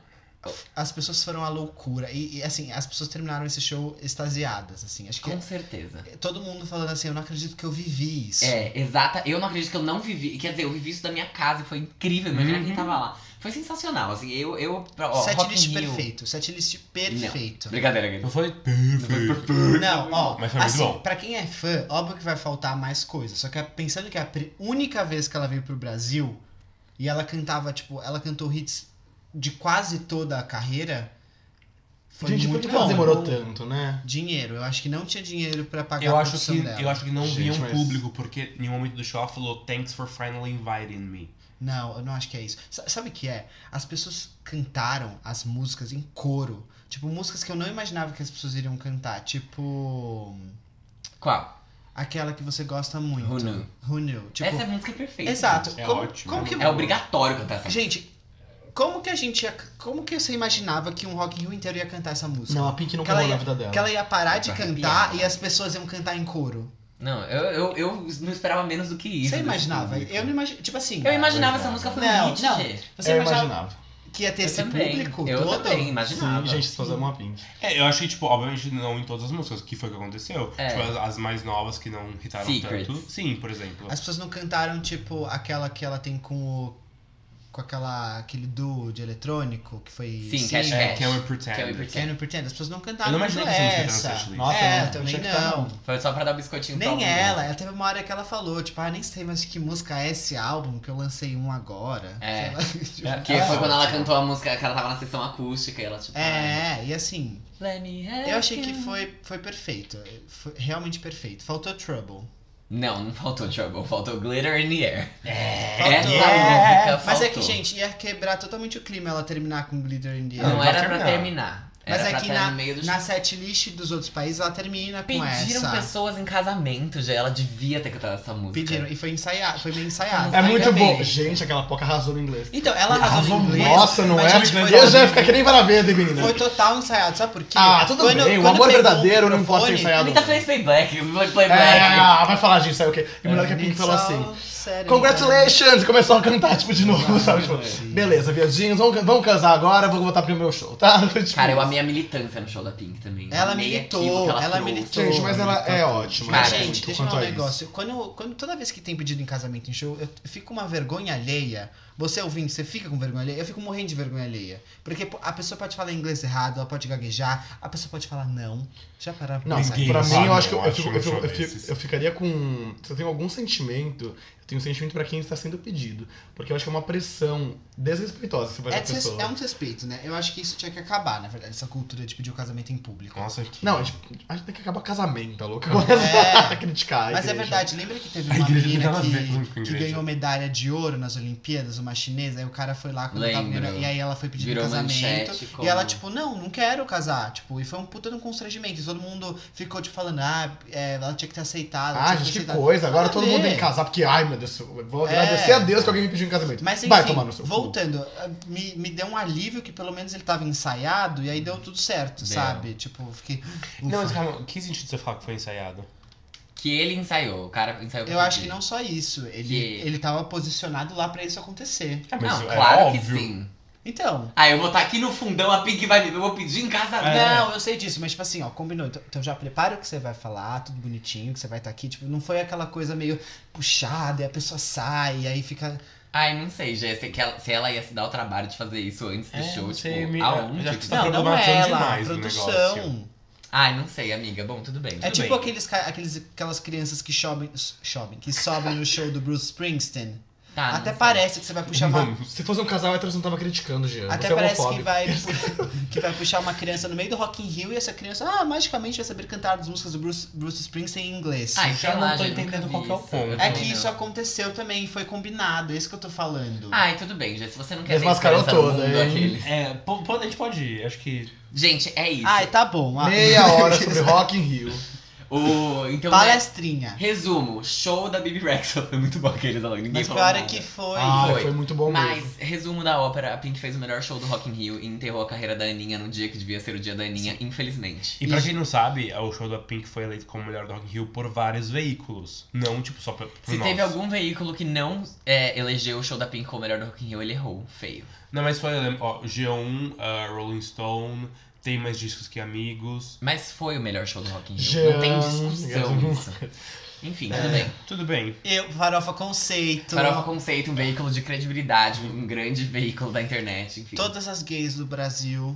As pessoas foram à loucura. E, e, assim, as pessoas terminaram esse show extasiadas, assim. Acho que
Com certeza.
todo mundo falando assim, eu não acredito que eu vivi isso.
É, exata. Eu não acredito que eu não vivi. Quer dizer, eu vivi isso da minha casa e foi incrível. Imagina
Uhum.
quem tava lá. Foi sensacional. Assim, eu. eu ó,
Set
Rock in
list
Rio.
perfeito, set list perfeito.
Brincadeira, querido.
Eu falei perfeito.
Não, ó,
Mas foi muito
assim,
bom.
pra quem é fã, óbvio que vai faltar mais coisa. Só que é- pensando que é a pri- única vez que ela veio pro Brasil e ela cantava, tipo, ela cantou hits de quase toda a carreira, foi
Gente, por
muito
que
bom.
ela demorou tanto, né?
Dinheiro, eu acho que não tinha dinheiro pra pagar
Eu
Tá a
acho,
produção
que,
dela.
eu acho que não
Gente,
vinha um
mas-
público, porque em um momento do show ela falou Thanks for finally inviting me.
Não, eu não acho que é isso. Sa- Sabe o que é? As pessoas cantaram as músicas em coro. Tipo, músicas que eu não imaginava que as pessoas iriam cantar. Tipo.
Qual?
Aquela que você gosta muito.
Who Knew.
Who Knew. Tipo,
Essa música é perfeita.
Exato.
É
como,
ótimo.
como que...
É obrigatório cantar essa
Gente, como que a gente ia... Como que você imaginava que um Rock in Rio inteiro ia cantar essa música?
Não, a Pink não
Que ela
acabou na
ia-
vida dela.
Que ela ia parar de
Tá
cantar
arrepiado.
e as pessoas iam cantar em coro.
Não, eu, eu, eu não esperava menos do que isso.
Você
desse
imaginava?
público.
Eu não imaginava. Tipo assim...
Eu imaginava
Ah,
essa música foi
não,
um hit,
não.
gente.
Você
eu
imaginava
imaginava.
que ia ter
Eu
esse
também.
público
Eu
todo?
também imaginava.
Sim, gente, as pessoas amam a Pink.
É, eu acho que, tipo, obviamente não em todas as músicas, que foi o que aconteceu.
É.
Tipo, as, as mais novas que não irritaram
Secrets.
tanto. Sim, por exemplo.
As pessoas não cantaram, tipo, aquela que ela tem com o... Com aquela, aquele duo de eletrônico que foi...
Sim, Cash
É,
Cash.
Can We Pretend.
Can We Pretend.
Can You Pretend? As pessoas não cantaram
Eu não
muito
imaginei que essa música
essa.
era no set list.
Nossa,
é,
não,
também
tinha que estar,
não.
Foi só pra dar biscoitinho pra
Nem
alguém.
ela, ela teve uma hora que ela falou, tipo, ah, nem sei mais de que música é esse álbum, que eu lancei um agora.
É.
Sei lá, [laughs] tipo,
É,
Que
é
foi quando ela
ótimo.
cantou a música que ela tava na sessão acústica e ela tipo. ai,
É, e assim,
Let me have
eu achei que
you.
foi, foi perfeito. Foi realmente perfeito. Faltou Trouble.
Não, não faltou Trouble, faltou Glitter in the Air.
É.
Faltou.
É.
Essa música
Mas é que,
faltou.
gente, ia quebrar totalmente o clima ela terminar com Glitter in the Air.
Não,
Não,
era
pra
pra terminar. é Era
Mas
pra
aqui
ter
na-
no meio do
Na setlist dos outros países, ela termina com
Pediram
essa.
pessoas em casamento, já. Ela devia ter cantado essa música.
Pediram. E foi ensaiado, foi bem ensaiado.
Não
É
sai
muito
da
bom.
mente.
Gente, aquela poca arrasou no inglês.
Então, ela
Arrasou,
arrasou no inglês.
nossa, não
mas,
é?
gente, foi-
Eu já ia ficar que nem Varaveda, hein, menina?
Foi total ensaiado, sabe por quê?
né? Ah, tudo bem, o amor verdadeiro não pode ser
microfone,
ensaiado.
É, ah,
Anitta fez tá playback, não foi playback.
É, vai falar disso, aí o quê? E o melhor que a Pink falou assim.
sério. né?
Congratulations! Começou a cantar, tipo, de novo, [laughs]
Ah,
sabe? Tipo,
sim.
beleza, viadinhos, vamos, can- vamos casar agora, vou voltar pro meu show, [laughs] tá? Tipo,
Cara, eu amei a militância no show da Pink também. Eu
É. Ela
amei
militou,
aquilo que
ela
trouxe.
militou.
Gente, mas ela é ótima.
Mas,
Cara,
muito
gente, deixa eu
quanto
falar um
a isso.
negócio. Quando, quando, toda vez que tem pedido em casamento em show, eu fico uma vergonha alheia. Você ouvinte, você fica com vergonha alheia? Eu fico morrendo de vergonha alheia. Porque pô, a pessoa pode falar inglês errado, ela pode gaguejar, a pessoa pode falar não. Já pararam pra
Não,
pensar
Ninguém
pra
nisso?
mim eu
Ah,
acho que eu,
não,
eu,
acho
fico-
que
eu,
eu
fico- eu
chorei
fico-
esses.
eu ficaria com. Se eu tenho algum sentimento, eu tenho um sentimento pra quem está sendo pedido. Porque eu acho que é uma pressão desrespeitosa sobre
É,
essa
des-
pessoa.
é um desrespeito, né? Eu acho que isso tinha que acabar, na verdade, essa cultura de pedir o casamento
[laughs]
em público. É.
Nossa, que...
Não, tipo, a gente tem que acabar casamento, tá louco? Começa [laughs] a criticar. a
Mas é
igreja.
verdade, lembra que
[laughs]
teve
A
uma
igreja
menina
tem nada a ver
né?
com a
que, que
igreja.
ganhou medalha de ouro nas Olimpíadas, uma chinesa, aí o cara foi lá quando tava
Lembro.
ganhando, e aí ela foi pedir
Virou
casamento.
manchete
E
como-
ela, tipo, não, não quero casar. Tipo, e foi um puta de um constrangimento. E todo mundo ficou, tipo, falando, ah, é, ela tinha que ter aceitado. ela
Ah,
tinha
gente, que
ter aceitado.
coisa. Agora
Nada a
todo mundo
ver.
tem que casar, porque, ai, meu Deus, eu vou
É.
agradecer a Deus que alguém me pediu em casamento.
Mas enfim,
Vai tomar no seu cu.
voltando, me, me deu um alívio que pelo menos ele tava ensaiado e aí deu tudo certo,
Uhum. Deu.
sabe? Tipo, fiquei.
Não, mas
ufa.
calma, que sentido você falar que foi ensaiado?
Que ele ensaiou, o cara ensaiou
Eu
com
acho que
ele.
não só isso. Ele,
Que-
ele tava posicionado lá pra isso acontecer.
É,
Não,
é
claro
óbvio.
que sim.
Então.
Ah, eu vou estar aqui no fundão, a Pink vai me ver, eu vou pedir em casa
É.
Não, eu sei disso, mas tipo assim, ó, combinou. Então, então já prepara o que você vai falar, tudo bonitinho, que você vai estar aqui. Tipo, não foi aquela coisa meio puxada, e a pessoa sai, e aí fica.
Ai, não sei, Jé, se, que ela, se ela ia se dar o trabalho de fazer isso antes do
É,
show,
não
tipo,
sei, me-
aonde?
já
que
que
isso-
tá-
Não, não
problematizando
é ela, a
demais o
produção.
negócio.
Ai, não sei, amiga. Bom, tudo bem.
É
Tudo
tipo
bem.
aqueles, ca- aqueles, aquelas crianças que sobem, sobem, que sobem no show do Bruce Springsteen.
Tá, não
Até
sei.
parece que você vai puxar uma,
Não,
[laughs] Se fosse um casal hétero, você não tava criticando, Jean.
Até
você é
parece que
homofóbico.
vai, [laughs] pu- que vai puxar uma criança no meio do Rock in Rio e essa criança, ah, magicamente vai saber cantar as músicas do Bruce, Bruce Springsteen em inglês. Então,
Ai,
Já
sei
não
Ah, então lá,
tô
Jé, nunca
entendendo
vi
qual que é o
isso.
ponto.
Eu
é
também
que
não.
isso aconteceu também, foi combinado, é isso que eu tô falando.
Ai, tudo bem, Jé. Se você não quer ver
Desmascarou
esperança no
toda,
mundo,
hein?
aqueles.
É, po- pode- a gente pode ir, acho que...
Gente, é isso.
Ai, tá bom. ah.
Meia hora
[laughs]
sobre Rock in Rio.
O, então, né,
Palestrinha.
resumo. Show da Bibi Rexha [laughs] foi muito bom aqueles lá. Ninguém
Mas
falou
pior é
nada.
que foi.
Ah,
foi.
foi. muito bom
Mas,
mesmo.
resumo da ópera, a Pink fez o melhor show do Rock in Rio e enterrou a carreira da Aninha num dia que devia ser o dia da Aninha, infelizmente.
E pra
Isso.
quem não sabe, é, o show da Pink foi eleito como o melhor do Rock in Rio por vários veículos. Não, tipo, só pra, por
Se
nós.
teve algum veículo que não é, elegeu o show da Pink como o melhor do Rock in Rio, ele errou. Feio.
Não, mas foi, eu lembro, ó, G1, ah, Rolling Stone, tem mais discos que amigos.
Mas foi o melhor show do Rock in Rio.
Jean,
Não tem
[laughs]
discussão
Jean.
isso. Enfim, tudo
É.
bem.
Tudo bem.
Eu, farofa conceito.
Farofa Conceito, um veículo de credibilidade, um grande veículo da internet, enfim.
Todas as gays do Brasil.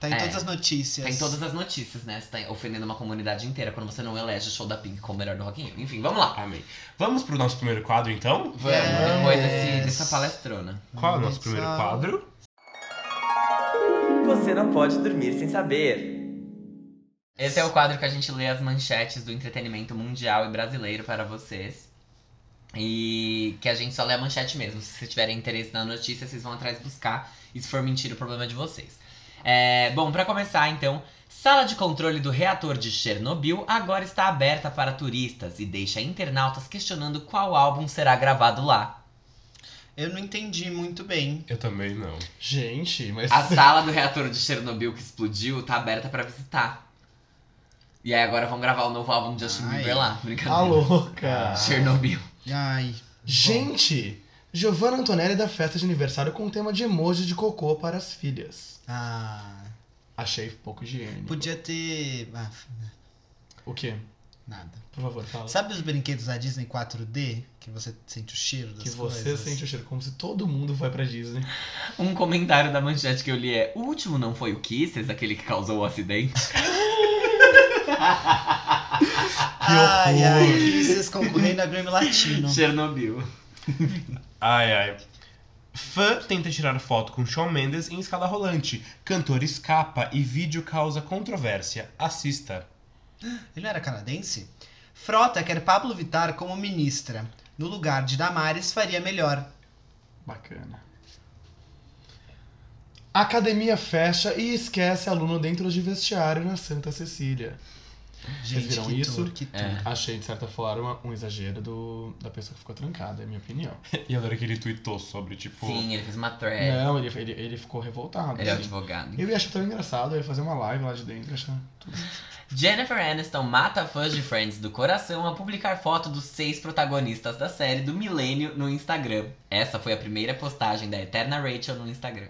Tá em
É.
todas as notícias.
Tem todas as notícias, né? Você tá ofendendo uma comunidade inteira quando você não elege o show da Pink como o melhor do Rock in Rio. Enfim, vamos lá.
Amém. Vamos pro nosso primeiro quadro, então?
Vamos,
Yes.
depois desse, dessa palestrona.
Qual é o nosso primeiro
Só-
quadro?
Você não pode dormir sem saber.
Esse é o quadro que a gente lê as manchetes do entretenimento mundial e brasileiro para vocês. E que a gente só lê a manchete mesmo. Se vocês tiverem interesse na notícia, vocês vão atrás buscar. E se for mentira, o problema é de vocês. É, bom, para começar então, sala de controle do reator de Chernobyl agora está aberta para turistas e deixa internautas questionando qual álbum será gravado lá.
Eu não entendi muito bem.
Eu também não.
Gente, mas.
A sala do reator de Chernobyl que explodiu tá aberta pra visitar. E aí agora vão gravar o novo álbum de Justin
Ai.
Bieber lá, brincadeira.
Tá
Ah.
louca.
Chernobyl.
Ai.
Gente, Giovanna Antonelli da festa de aniversário com um tema de emoji de cocô para as filhas.
Ah.
Achei pouco higiênico.
Podia ter. Ah,
O quê?
nada.
Por favor, fala.
Sabe os brinquedos da Disney 4D? Que você sente o cheiro das
que
coisas?
você sente o cheiro como se todo mundo vai pra Disney.
Um comentário da manchete que eu li é: O último não foi o Kisses, aquele que causou o acidente?
Ai,
horror.
ai, vocês concorrendo a Grammy Latino.
Chernobyl.
Ai, ai. Fã tenta tirar foto com Shawn Mendes em escada rolante. Cantor escapa e vídeo causa controvérsia. Assista.
Ele não era canadense? Frota quer Pablo Vittar como ministra. No lugar de Damares, faria melhor.
Bacana. Academia fecha e esquece aluno dentro de vestiário na Santa Cecília.
Gente,
viram
que
isso?
tur- que tur-
É.
Achei, de certa forma, um exagero do, da pessoa que ficou trancada, é minha opinião.
[laughs] E eu adoro que ele tweetou sobre, tipo...
Sim, ele fez uma thread.
É.
Não, ele, ele, ele ficou revoltado.
Ele é
assim.
advogado.
Eu ia achar tão engraçado ele fazer uma live lá de dentro, achar
Jennifer Aniston mata fãs de Friends do coração ao publicar foto dos seis protagonistas da série do milênio no Instagram. Essa foi a primeira postagem da Eterna Rachel no Instagram.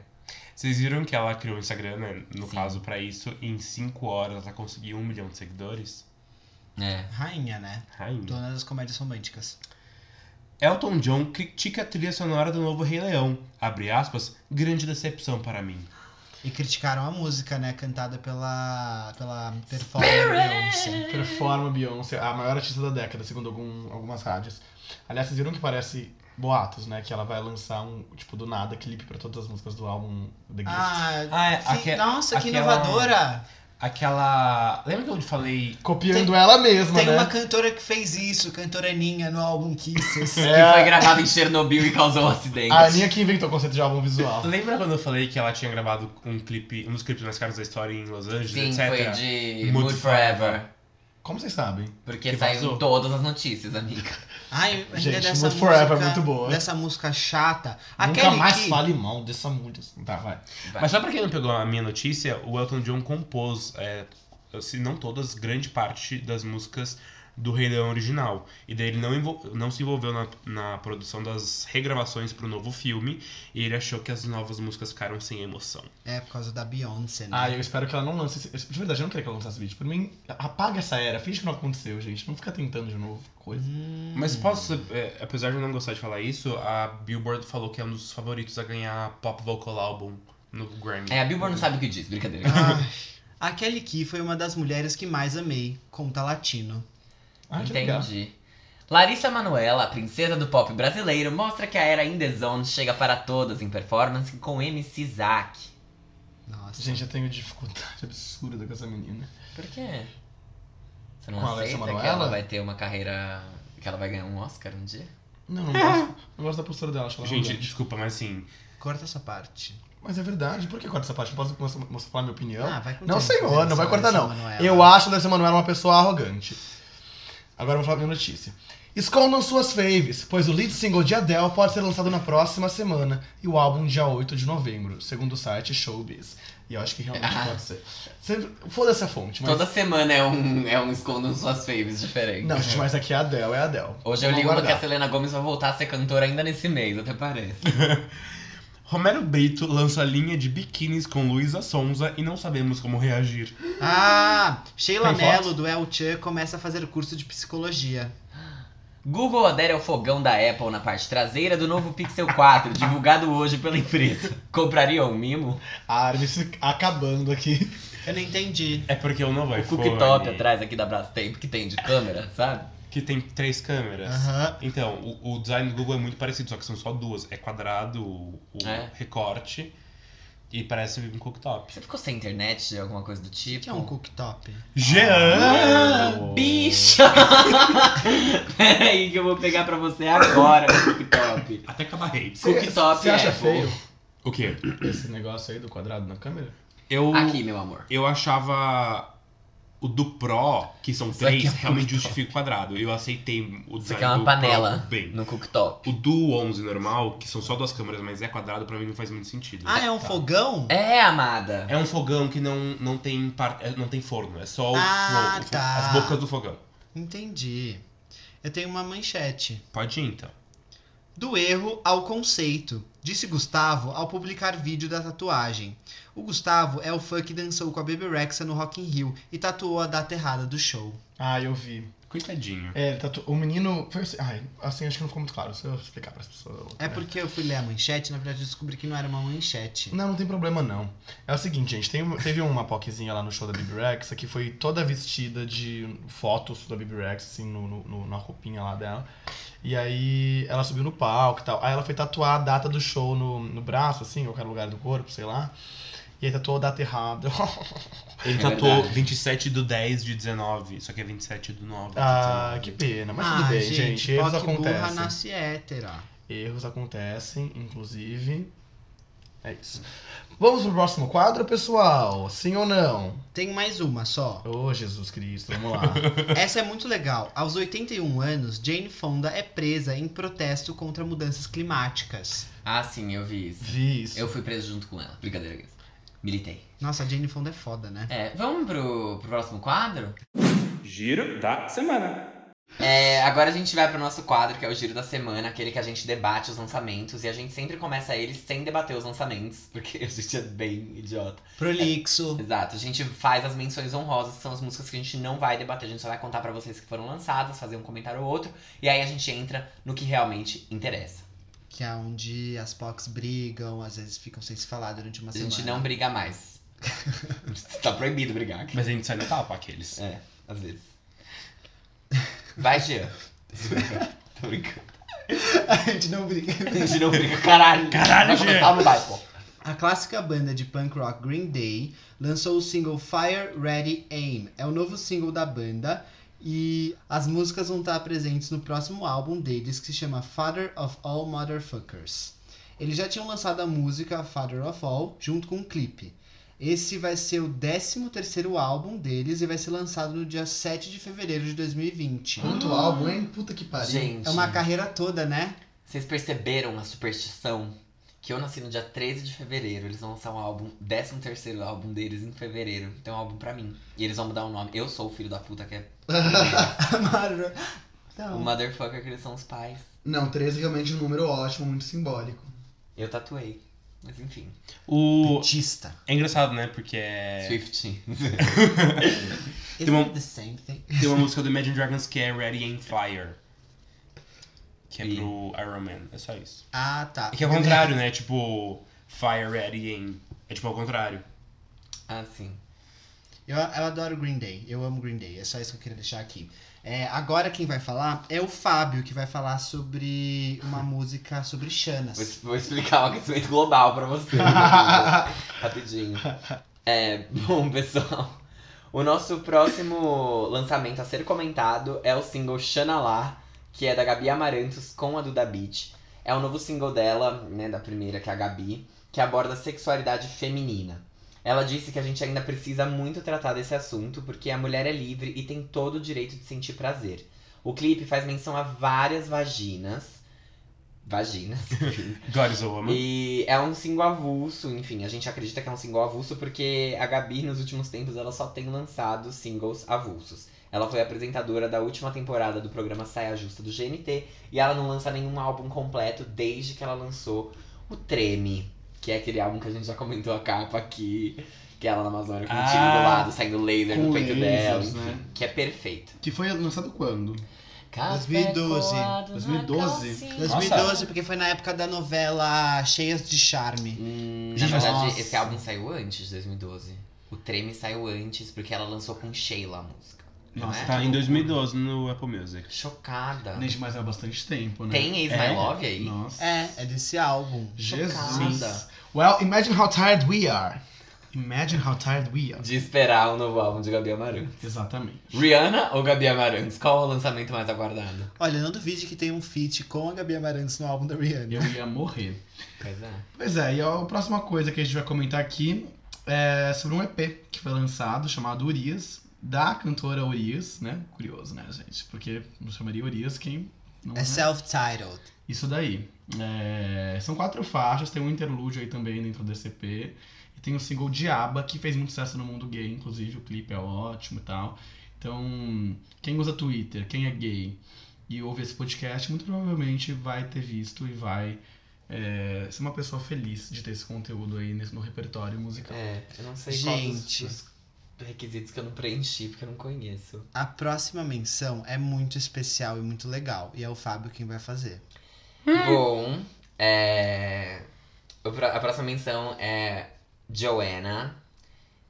Vocês viram que ela criou o Instagram, né? No
Sim.
caso, pra isso, e em 5 horas ela conseguiu um milhão de seguidores?
É.
Rainha, né?
Rainha.
Dona das comédias românticas.
Elton John critica a trilha sonora do novo Rei Leão. Abre aspas, grande decepção para mim.
E criticaram a música, né? Cantada pela, pela performance Beyoncé.
Performa Beyoncé, a maior artista da década, segundo algum- algumas rádios. Aliás, vocês viram que parece boatos, né? Que ela vai lançar um, tipo, do nada, clipe pra todas as músicas do álbum The Gift.
Ah,
Ah, é,
sim,
aque-
nossa, que
aquela-
inovadora!
aquela. Lembra que eu te falei?
Copiando ela mesma,
Tem
né?
uma cantora que fez isso, cantora Ninha, no álbum Kisses.
[laughs] É.
Que foi gravada em Chernobyl e causou um acidente.
A Aninha que inventou o conceito de álbum visual.
Oh. Lembra quando eu falei que ela tinha gravado um clipe, um dos clipes mais caros da história em Los Angeles,
Sim,
etc?
foi de
Mood
Mood, Forever.
Como vocês sabem?
Porque
Que
saiu
vazou.
em todas as notícias, amiga.
Ai, ainda
Gente,
dessa
Mood Forever é
música-
muito boa.
Dessa música chata.
Nunca
Aquele
mais
que...
fale mal dessa música. Tá, vai.
Mas só pra quem não pegou a minha notícia, o Elton John compôs, é, se não todas, grande parte das músicas do Rei Leão original. E daí ele não, envol- não se envolveu na, na produção das regravações pro novo filme, e ele achou que as novas músicas ficaram sem emoção.
É, por causa da Beyoncé, né?
Ah, eu espero que ela não lance esse... De verdade, eu não queria que ela lançasse esse vídeo. Por mim, apaga essa era. Finge que não aconteceu, gente. Não fica tentando de novo coisa.
Uhum.
Hum.
Mas posso, é, apesar de eu não gostar de falar isso, a Billboard falou que é um dos favoritos a ganhar Pop Vocal Album no Grammy.
É, a Billboard não sabe o que
[laughs]
diz, brincadeira.
Ai, a Ah, Kelly Key foi uma das mulheres que mais amei, conta latino.
Ah, que legal.
Entendi. Larissa Manoela, a princesa do pop brasileiro, mostra que a era In The Zone chega para todas em performance com MC Zack.
Nossa.
Gente, eu tenho dificuldade [laughs] absurda com essa menina.
Por quê? Você não
Com a Larissa
aceita que
Manoela?
ela vai ter uma carreira... Que ela vai ganhar um Oscar um dia?
Não, não gosto, não gosto da postura dela. Acho que ela
Gente,
arrogante.
desculpa, mas assim,
Corta essa parte.
Mas é verdade. Por que corta essa parte? Não posso mostrar- mostrar falar minha opinião?
Ah, vai com
Não,
tempo,
senhor, não vai cortar, não.
Manuela.
Eu acho a Larissa Manoela uma pessoa arrogante. Agora eu vou falar minha notícia. Escondam suas faves, pois o lead single de Adele pode ser lançado na próxima semana e o álbum dia 8 de novembro, segundo o site Showbiz. E eu acho que realmente
Ah.
pode ser. Sempre- Foda-se a fonte, mas.
Toda semana é um, é um escondo suas faves diferente.
Não, gente, mas aqui é Adele, é Adele.
Hoje
Vamos
eu li uma que a
aguardar.
Selena Gomes vai voltar a ser cantora ainda nesse mês, até parece.
Romero Brito lança linha de biquínis com Luísa Sonza e não sabemos como reagir.
Ah, Sheila
Tem foto?
Mello, do El Chan, começa a fazer curso de psicologia.
Google adere ao fogão da Apple na parte traseira do novo Pixel 4, divulgado hoje pela empresa. Compraria um mimo?
A Armin se acabando aqui.
Eu não entendi.
É porque o novo
O
iPhone, né?
cooktop atrás aqui da Brastemp, que tem de câmera, sabe?
que tem três câmeras.
Aham.
Então, o, o design do Google é muito parecido, só que são só duas. É quadrado, o, o
É. Ah.
recorte, e parece um cooktop.
Você ficou sem internet, alguma coisa do
O
tipo?
que é um cooktop?
Jean!
Bicha! [laughs] Peraí que eu vou pegar pra você agora o cooktop.
Até que abarrei.
Cooktop
Você acha
Apple.
feio
O quê?
esse negócio aí do quadrado na câmera?
Eu,
Aqui, meu amor.
eu achava o do Pro, que são
Isso
três,
aqui é um
realmente
cooktop.
justifica o quadrado. Eu aceitei o design
Isso aqui é uma
do
panela
Pro bem.
no cooktop.
O do 11 normal, que são só duas câmeras, mas é quadrado, pra mim não faz muito sentido.
Ah, é um
Tá.
fogão?
É, amada.
É um fogão que não, não, tem, par- é, não tem forno, é só o,
Ah,
fo- o fo-
tá.
as bocas do fogão.
Entendi. Eu tenho uma manchete.
Pode ir então.
Do erro ao conceito, disse Gustavo ao publicar vídeo da tatuagem. O Gustavo é o fã que dançou com a Baby Rexa no Rock in Rio e tatuou a data errada do show.
Ah, eu vi.
Coitadinho.
É, ele tatu... o menino. Foi assim... Ai, assim acho que não ficou muito claro. Se eu explicar pras pessoas.
É porque eu fui ler a manchete, na verdade eu descobri que não era uma manchete.
Não, não tem problema não. É o seguinte, gente, tem uma- teve uma poquezinha lá no show da Bibi Rexa que foi toda vestida de fotos da Bibi Rexa, assim, no, no- no- na roupinha lá dela. E aí ela subiu no palco e tal. Aí ela foi tatuar a data do show no, no braço, assim, em qualquer lugar do corpo, sei lá. E aí tatuou a data errada.
Ele
É
tatuou
verdade.
27 do 10 de 19, só que é 27 do 9 de
ah,
19.
que pena. Mas tudo bem, gente.
pó
Erros
que Ah, burra
acontecem.
nasce hétera.
Erros acontecem, inclusive. É isso. Vamos pro próximo quadro, pessoal? Sim ou não?
Tem mais uma só.
Ô, Jesus Cristo, vamos lá.
Essa é muito legal. Aos 81 anos, Jane Fonda é presa em protesto contra mudanças climáticas.
Ah, sim, eu vi isso.
Vi isso.
Eu fui preso junto com ela. Brincadeira, Guess. Militei.
Nossa, a Jane Fonda é foda, né?
É, vamos pro, pro próximo quadro?
Giro da semana.
É, agora a gente vai pro nosso quadro, que é o Giro da Semana, aquele que a gente debate os lançamentos. E a gente sempre começa eles sem debater os lançamentos, [laughs] porque a gente é bem idiota.
Prolixo.
Exato, a gente faz as menções honrosas, que são as músicas que a gente não vai debater. A gente só vai contar pra vocês que foram lançadas, fazer um comentário ou outro. E aí a gente entra no que realmente interessa.
Que é onde as POCs brigam, às vezes ficam sem se falar durante uma
A gente
semana. [laughs]
não briga
[laughs]
mais. tá proibido brigar aqui.
Mas a gente sai no tapa aqueles.
É, às vezes.
[laughs]
Vai, Jean. Tô brincando.
a gente não briga.
A gente não briga, caralho.
Caralho,
vai
Jean.
começar ou não vai, pô?
A clássica banda de punk rock Green Day lançou o single Fire, Ready, Aim. É o novo single da banda e as músicas vão estar presentes no próximo álbum deles que se chama Father of All Motherfuckers. Eles já tinham lançado a música Father of All junto com um clipe. Esse vai ser o 13º álbum deles e vai ser lançado no dia 7 de fevereiro de 2020.
Quanto álbum, hein? Puta que pariu.
Gente.
É uma carreira toda, né? [laughs]
Vocês perceberam a superstição? Que eu nasci no dia 13 de fevereiro. Eles vão lançar um álbum, 13 terceiro álbum deles em fevereiro. Tem um álbum pra mim. E eles vão mudar o nome. Eu sou o filho da puta que é
Amaro.
o
Então,
motherfucker que eles são os pais.
Não, 13 realmente é um número ótimo, muito simbólico. [laughs]
Eu tatuei. Mas enfim.
O...
Putista.
É engraçado, né? Porque é...
Swift.
Isn't
uma-
it the same thing?
[laughs] tem uma música do Imagine Dragons que é Ready and Fire. Que é
E-
pro Iron Man. É só isso.
Ah, tá.
É que é o contrário, né? Tipo, Fire, Ready and... É tipo ao contrário.
ah, sim.
Eu, eu adoro Green Day, eu amo Green Day, é só isso que eu queria deixar aqui. É, agora quem vai falar é o Fábio, que vai falar sobre
[laughs]
uma música sobre
Vou,
Xanas.
vou explicar o aquecimento global
[laughs]
pra vocês. Rapidinho. É, bom, pessoal. O nosso próximo lançamento a ser comentado é o single Xanalá, que é da Gabi Amarantos com a Duda Beat. É o novo single dela, né, da primeira, que é a Gabi, que aborda a sexualidade feminina. Ela disse que a gente ainda precisa muito tratar desse assunto, porque a mulher é livre e tem todo o direito de sentir prazer. O clipe faz menção a várias vaginas. Vaginas, enfim.
God is a Woman.
E é um single avulso, enfim, a gente acredita que é um single avulso porque a Gabi nos últimos tempos ela só tem lançado singles avulsos. Ela foi apresentadora da última temporada do programa Saia Justa do GNT e ela não lança nenhum álbum completo desde que ela lançou o Treme, que é aquele álbum que a gente já comentou a capa aqui, que é ela na Amazônia com o time
Ah,
do lado, saindo laser
com
é do peito dela,
lasers,
enfim,
né?
que é perfeito.
Que foi lançado quando?
2012.
2012?
2012, porque foi na época da novela Cheias de Charme.
Hum, na
Gente,
verdade,
nossa.
esse álbum saiu antes, 2012. O Treme saiu antes, porque ela lançou com Sheila a música. Não
Nossa,
é?
tá em 2012 no Apple Music.
Chocada.
Gente, mas há bastante tempo, né?
Tem Ace
É.
My Love aí?
Nossa.
É, é desse álbum.
Jesus.
Chocada.
Well, imagine how tired we are. Imagine how tired we are.
De esperar o novo álbum de Gabi Amarantos.
Exatamente.
Rihanna ou Gabi Amarantos? Qual é o lançamento mais aguardado?
Olha, não duvide que tem um feat com a Gabi Amarantos no álbum da Rihanna.
Eu ia morrer.
Pois é.
Pois é, e a próxima coisa que a gente vai comentar aqui é sobre um EP que foi lançado, chamado Urias, da cantora Urias, né? Curioso, né, gente? Porque não chamaria Urias quem não
né?
É self-titled.
Isso daí. É, São quatro faixas, tem um interlúdio aí também dentro do EP. E tem o single Diaba, que fez muito sucesso no mundo gay, inclusive o clipe é ótimo e tal. Então, quem usa Twitter, quem é gay e ouve esse podcast, muito provavelmente vai ter visto e vai é, ser uma pessoa feliz de ter esse conteúdo aí nesse- no repertório musical.
É, eu não sei
Gente.
qual dos, dos requisitos que eu não preenchi, porque eu não conheço.
A próxima menção é muito especial e muito legal. E é o Fábio quem vai fazer.
Hum. Bom, é... o pró- a próxima menção é Joanna,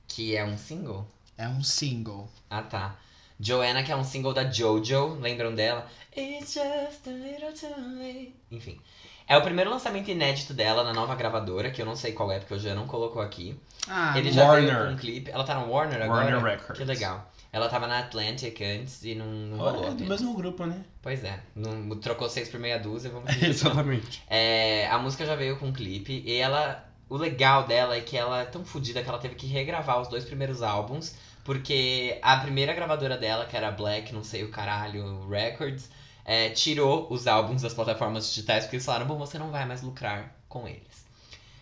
que é um single.
É um single.
Ah, tá. Joanna, que é um single da Jojo, lembram dela? It's just a little too late. Enfim. É o primeiro lançamento inédito dela na nova gravadora, que eu não sei qual é, porque o Jean não colocou aqui.
Ah,
Ele
não-
já
Warner.
veio com um clipe. Ela tá no Warner agora?
Warner Records.
Que legal. Ela tava na Atlantic antes e não, não rolou.
Olha, é do
apenas.
mesmo grupo, né?
Pois é. Não, trocou seis por meia dúzia, vamos fingir que não.
[laughs] Exatamente.
É, a música já veio com um clipe e ela. O legal dela é que ela é tão fodida que ela teve que regravar os dois primeiros álbuns, porque a primeira gravadora dela, que era Black, não sei o caralho, Records, é, tirou os álbuns das plataformas digitais, porque eles falaram, bom, você não vai mais lucrar com eles.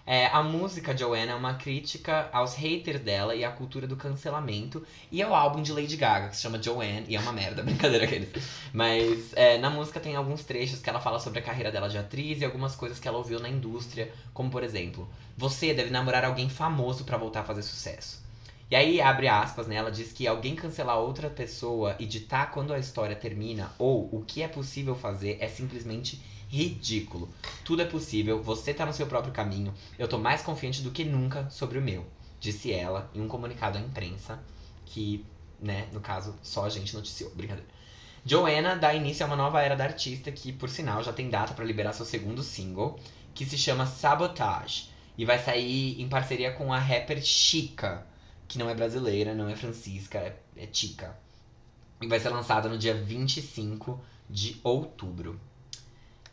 É, a música Joanna é uma crítica aos haters dela e à cultura do cancelamento. E ao álbum de Lady Gaga, que se chama Joanne, e é uma merda, [laughs] brincadeira aqueles. Mas é, na música tem alguns trechos que ela fala sobre a carreira dela de atriz e algumas coisas que ela ouviu na indústria, como por exemplo, você deve namorar alguém famoso pra voltar a fazer sucesso. E aí, abre aspas, né? Ela diz que alguém cancelar outra pessoa e ditar quando a história termina ou o que é possível fazer é simplesmente ridículo. Tudo é possível, você tá no seu próprio caminho. Eu tô mais confiante do que nunca sobre o meu, disse ela em um comunicado à imprensa que, né, no caso, só a gente noticiou. Brincadeira. Joanna dá início a uma nova era da artista que, por sinal, já tem data pra liberar seu segundo single, que se chama Sabotage. E vai sair em parceria com a rapper Chica, que não é brasileira, não é Francisca, é, é Chica. E vai ser lançada no dia 25 de outubro.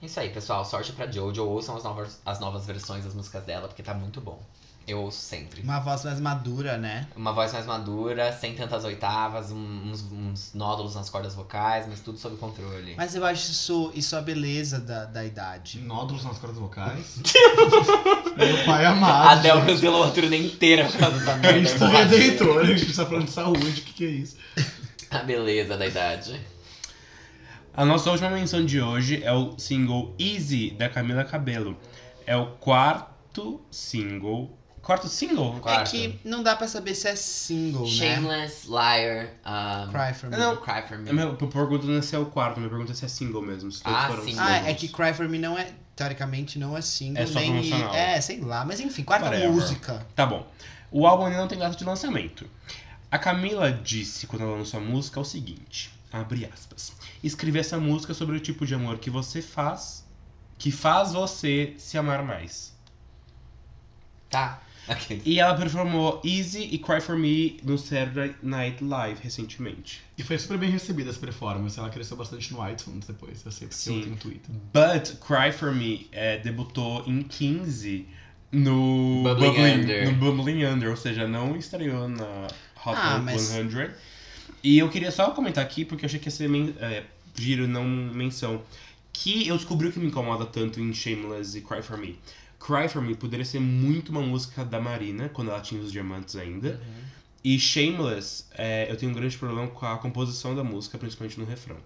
É Isso aí, pessoal. Sorte pra Jojo. Ouçam as novas, as novas versões das músicas dela, porque tá muito bom. Eu ouço sempre.
Uma voz mais madura, né?
Uma voz mais madura, sem tantas oitavas, um- uns, uns nódulos nas cordas vocais, mas tudo sob controle.
Ah,
Mas eu acho isso, isso a beleza da, da
Hum,
idade.
Nódulos nas cordas vocais. [laughs] Meu pai amado.
A Del
gente.
cancelou a turnê inteira por causa da
[laughs] A gente tá
merda.
redentor, a gente tá falando de saúde, o que, que é isso?
[laughs] a beleza da idade.
A nossa última menção de hoje é o single Easy, da Camila Cabello. É o quarto single. Quarto
Um
single?
Quarto.
É que não dá pra saber se é single, né?
Shameless, liar, um,
Cry For Me.
Não.
cry for
Meu,
me.
minha pergunta não é se é o quarto, minha pergunta é se é single mesmo. Se todos
Ah,
foram
sim.
singles.
Ah, é que Cry For Me não é, teoricamente, não é single.
É só
nem
promocional.
É, sei lá. Mas enfim, quarta
Whatever.
música.
Tá bom. O álbum ainda não tem data de lançamento. A Camila disse quando ela lançou a música o seguinte: abre aspas. Escrevi essa música sobre o tipo de amor que você faz, que faz você se amar mais.
Tá. Ok.
E ela performou Easy e Cry For Me no Saturday Night Live recentemente.
E foi super bem recebida essa performance. Ela cresceu bastante no iTunes depois, eu sei, porque
Sim.
eu tenho Twitter.
But Cry For Me eh, debutou em 15 no
Bubbling Under.
no Bubbling Under, ou seja, não estreou na Hot
Ah,
100.
mas-
E eu queria só comentar aqui, porque eu achei que ia ser men- eh, giro, não menção, que eu descobri o que me incomoda tanto em Shameless e Cry For Me. Cry For Me poderia ser muito uma música da Marina, quando ela tinha os diamantes ainda.
Uhum.
E Shameless, eh, eu tenho um grande problema com a composição da música, principalmente no refrão.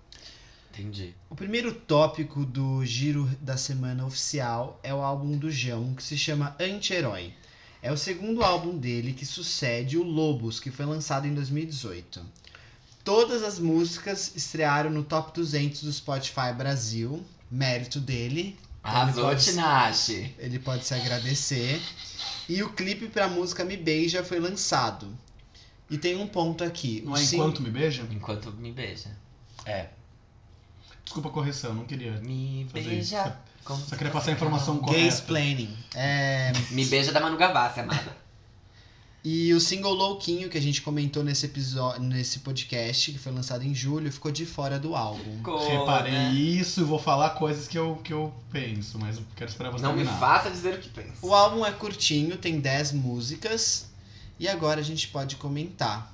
É
Entendi.
O primeiro tópico do giro da semana oficial é o álbum do João, que se chama Anti-Herói. É o segundo álbum dele que sucede o Lobos, que foi lançado em 2018. Todas as músicas estrearam no top 200 do Spotify Brasil, mérito dele,
Arrasou,
pode-
Tinashe.
ele pode se agradecer. E o clipe para a música Me Beija foi lançado. E tem um ponto aqui.
Não
o
é
sing-
enquanto me beija?
Enquanto me beija.
Desculpa a correção, não queria.
Me
Fazer
beija. como
Só
se
queria
fosse
passar a informação
Gays
correta.
Planning. É,
Me beija da Manu Gavassi, amada.
E o single Louquinho, que a gente comentou nesse episódio, nesse podcast, que foi lançado em julho, ficou de fora do álbum.
Ficou,
[laughs] Reparei
né?
isso e vou falar coisas que eu, que eu penso, mas eu quero esperar você
Não me
terminar.
faça dizer o que pensa.
O álbum é curtinho, tem 10 músicas, e agora a gente pode comentar.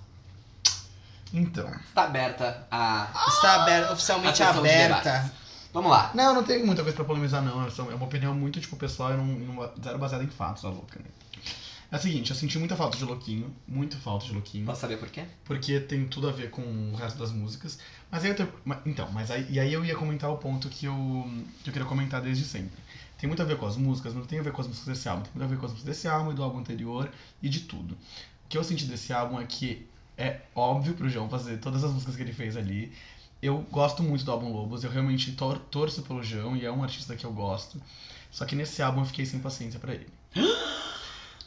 Então.
Está aberta a.
Está aberta, oficialmente
Atenção,
aberta.
debates. Vamos lá.
Não, não tem muita coisa pra polemizar, não. É só- é uma opinião muito, tipo, pessoal e não, e não- zero baseada em fatos, a louca, né? É o seguinte, eu senti muita falta de Louquinho, muito falta de Louquinho.
Posso saber por quê?
porque tem tudo a ver com o resto das músicas. Mas aí eu tenho, ma- então, mas aí, e aí eu ia comentar o ponto que eu, que eu queria comentar desde sempre. Tem muito a ver com as músicas, não tem a ver com as músicas desse álbum, tem muito a ver com as músicas desse álbum e do álbum anterior e de tudo. O que eu senti desse álbum é que é óbvio pro João fazer todas as músicas que ele fez ali. Eu gosto muito do álbum Lobos, eu realmente tor torço pelo João e é um artista que eu gosto. Só que nesse álbum eu fiquei sem paciência pra ele.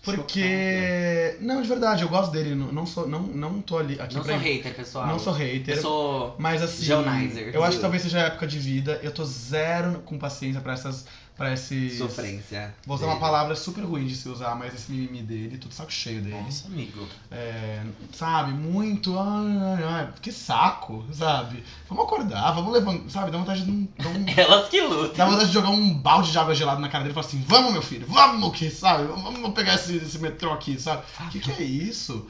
Porque. É, Não, de verdade, eu gosto dele. Não, não, sou, não, não tô ali aqui
Não
pra
sou hater, pessoal.
não sou hater.
Eu sou.
Mas assim,
Joanizer.
eu acho que talvez seja a época de vida. Eu tô zero com paciência pra essas. Pra esses.
Sofrência.
Vou usar uma
dele.
palavra super ruim de se usar, mas esse mimimi dele, tudo saco cheio dele.
Nossa, amigo.
É, sabe, muito. Ai, ai, ai, que saco, sabe? Vamos acordar, vamos levantar, sabe? Dá vontade de. um- Dá, um-
Elas que lutam.
dá vontade de jogar um balde de água gelada na cara dele e falar assim: vamos, meu filho, vamos, que sabe? Vamos pegar esse, esse metrô aqui, sabe? O que, que é isso?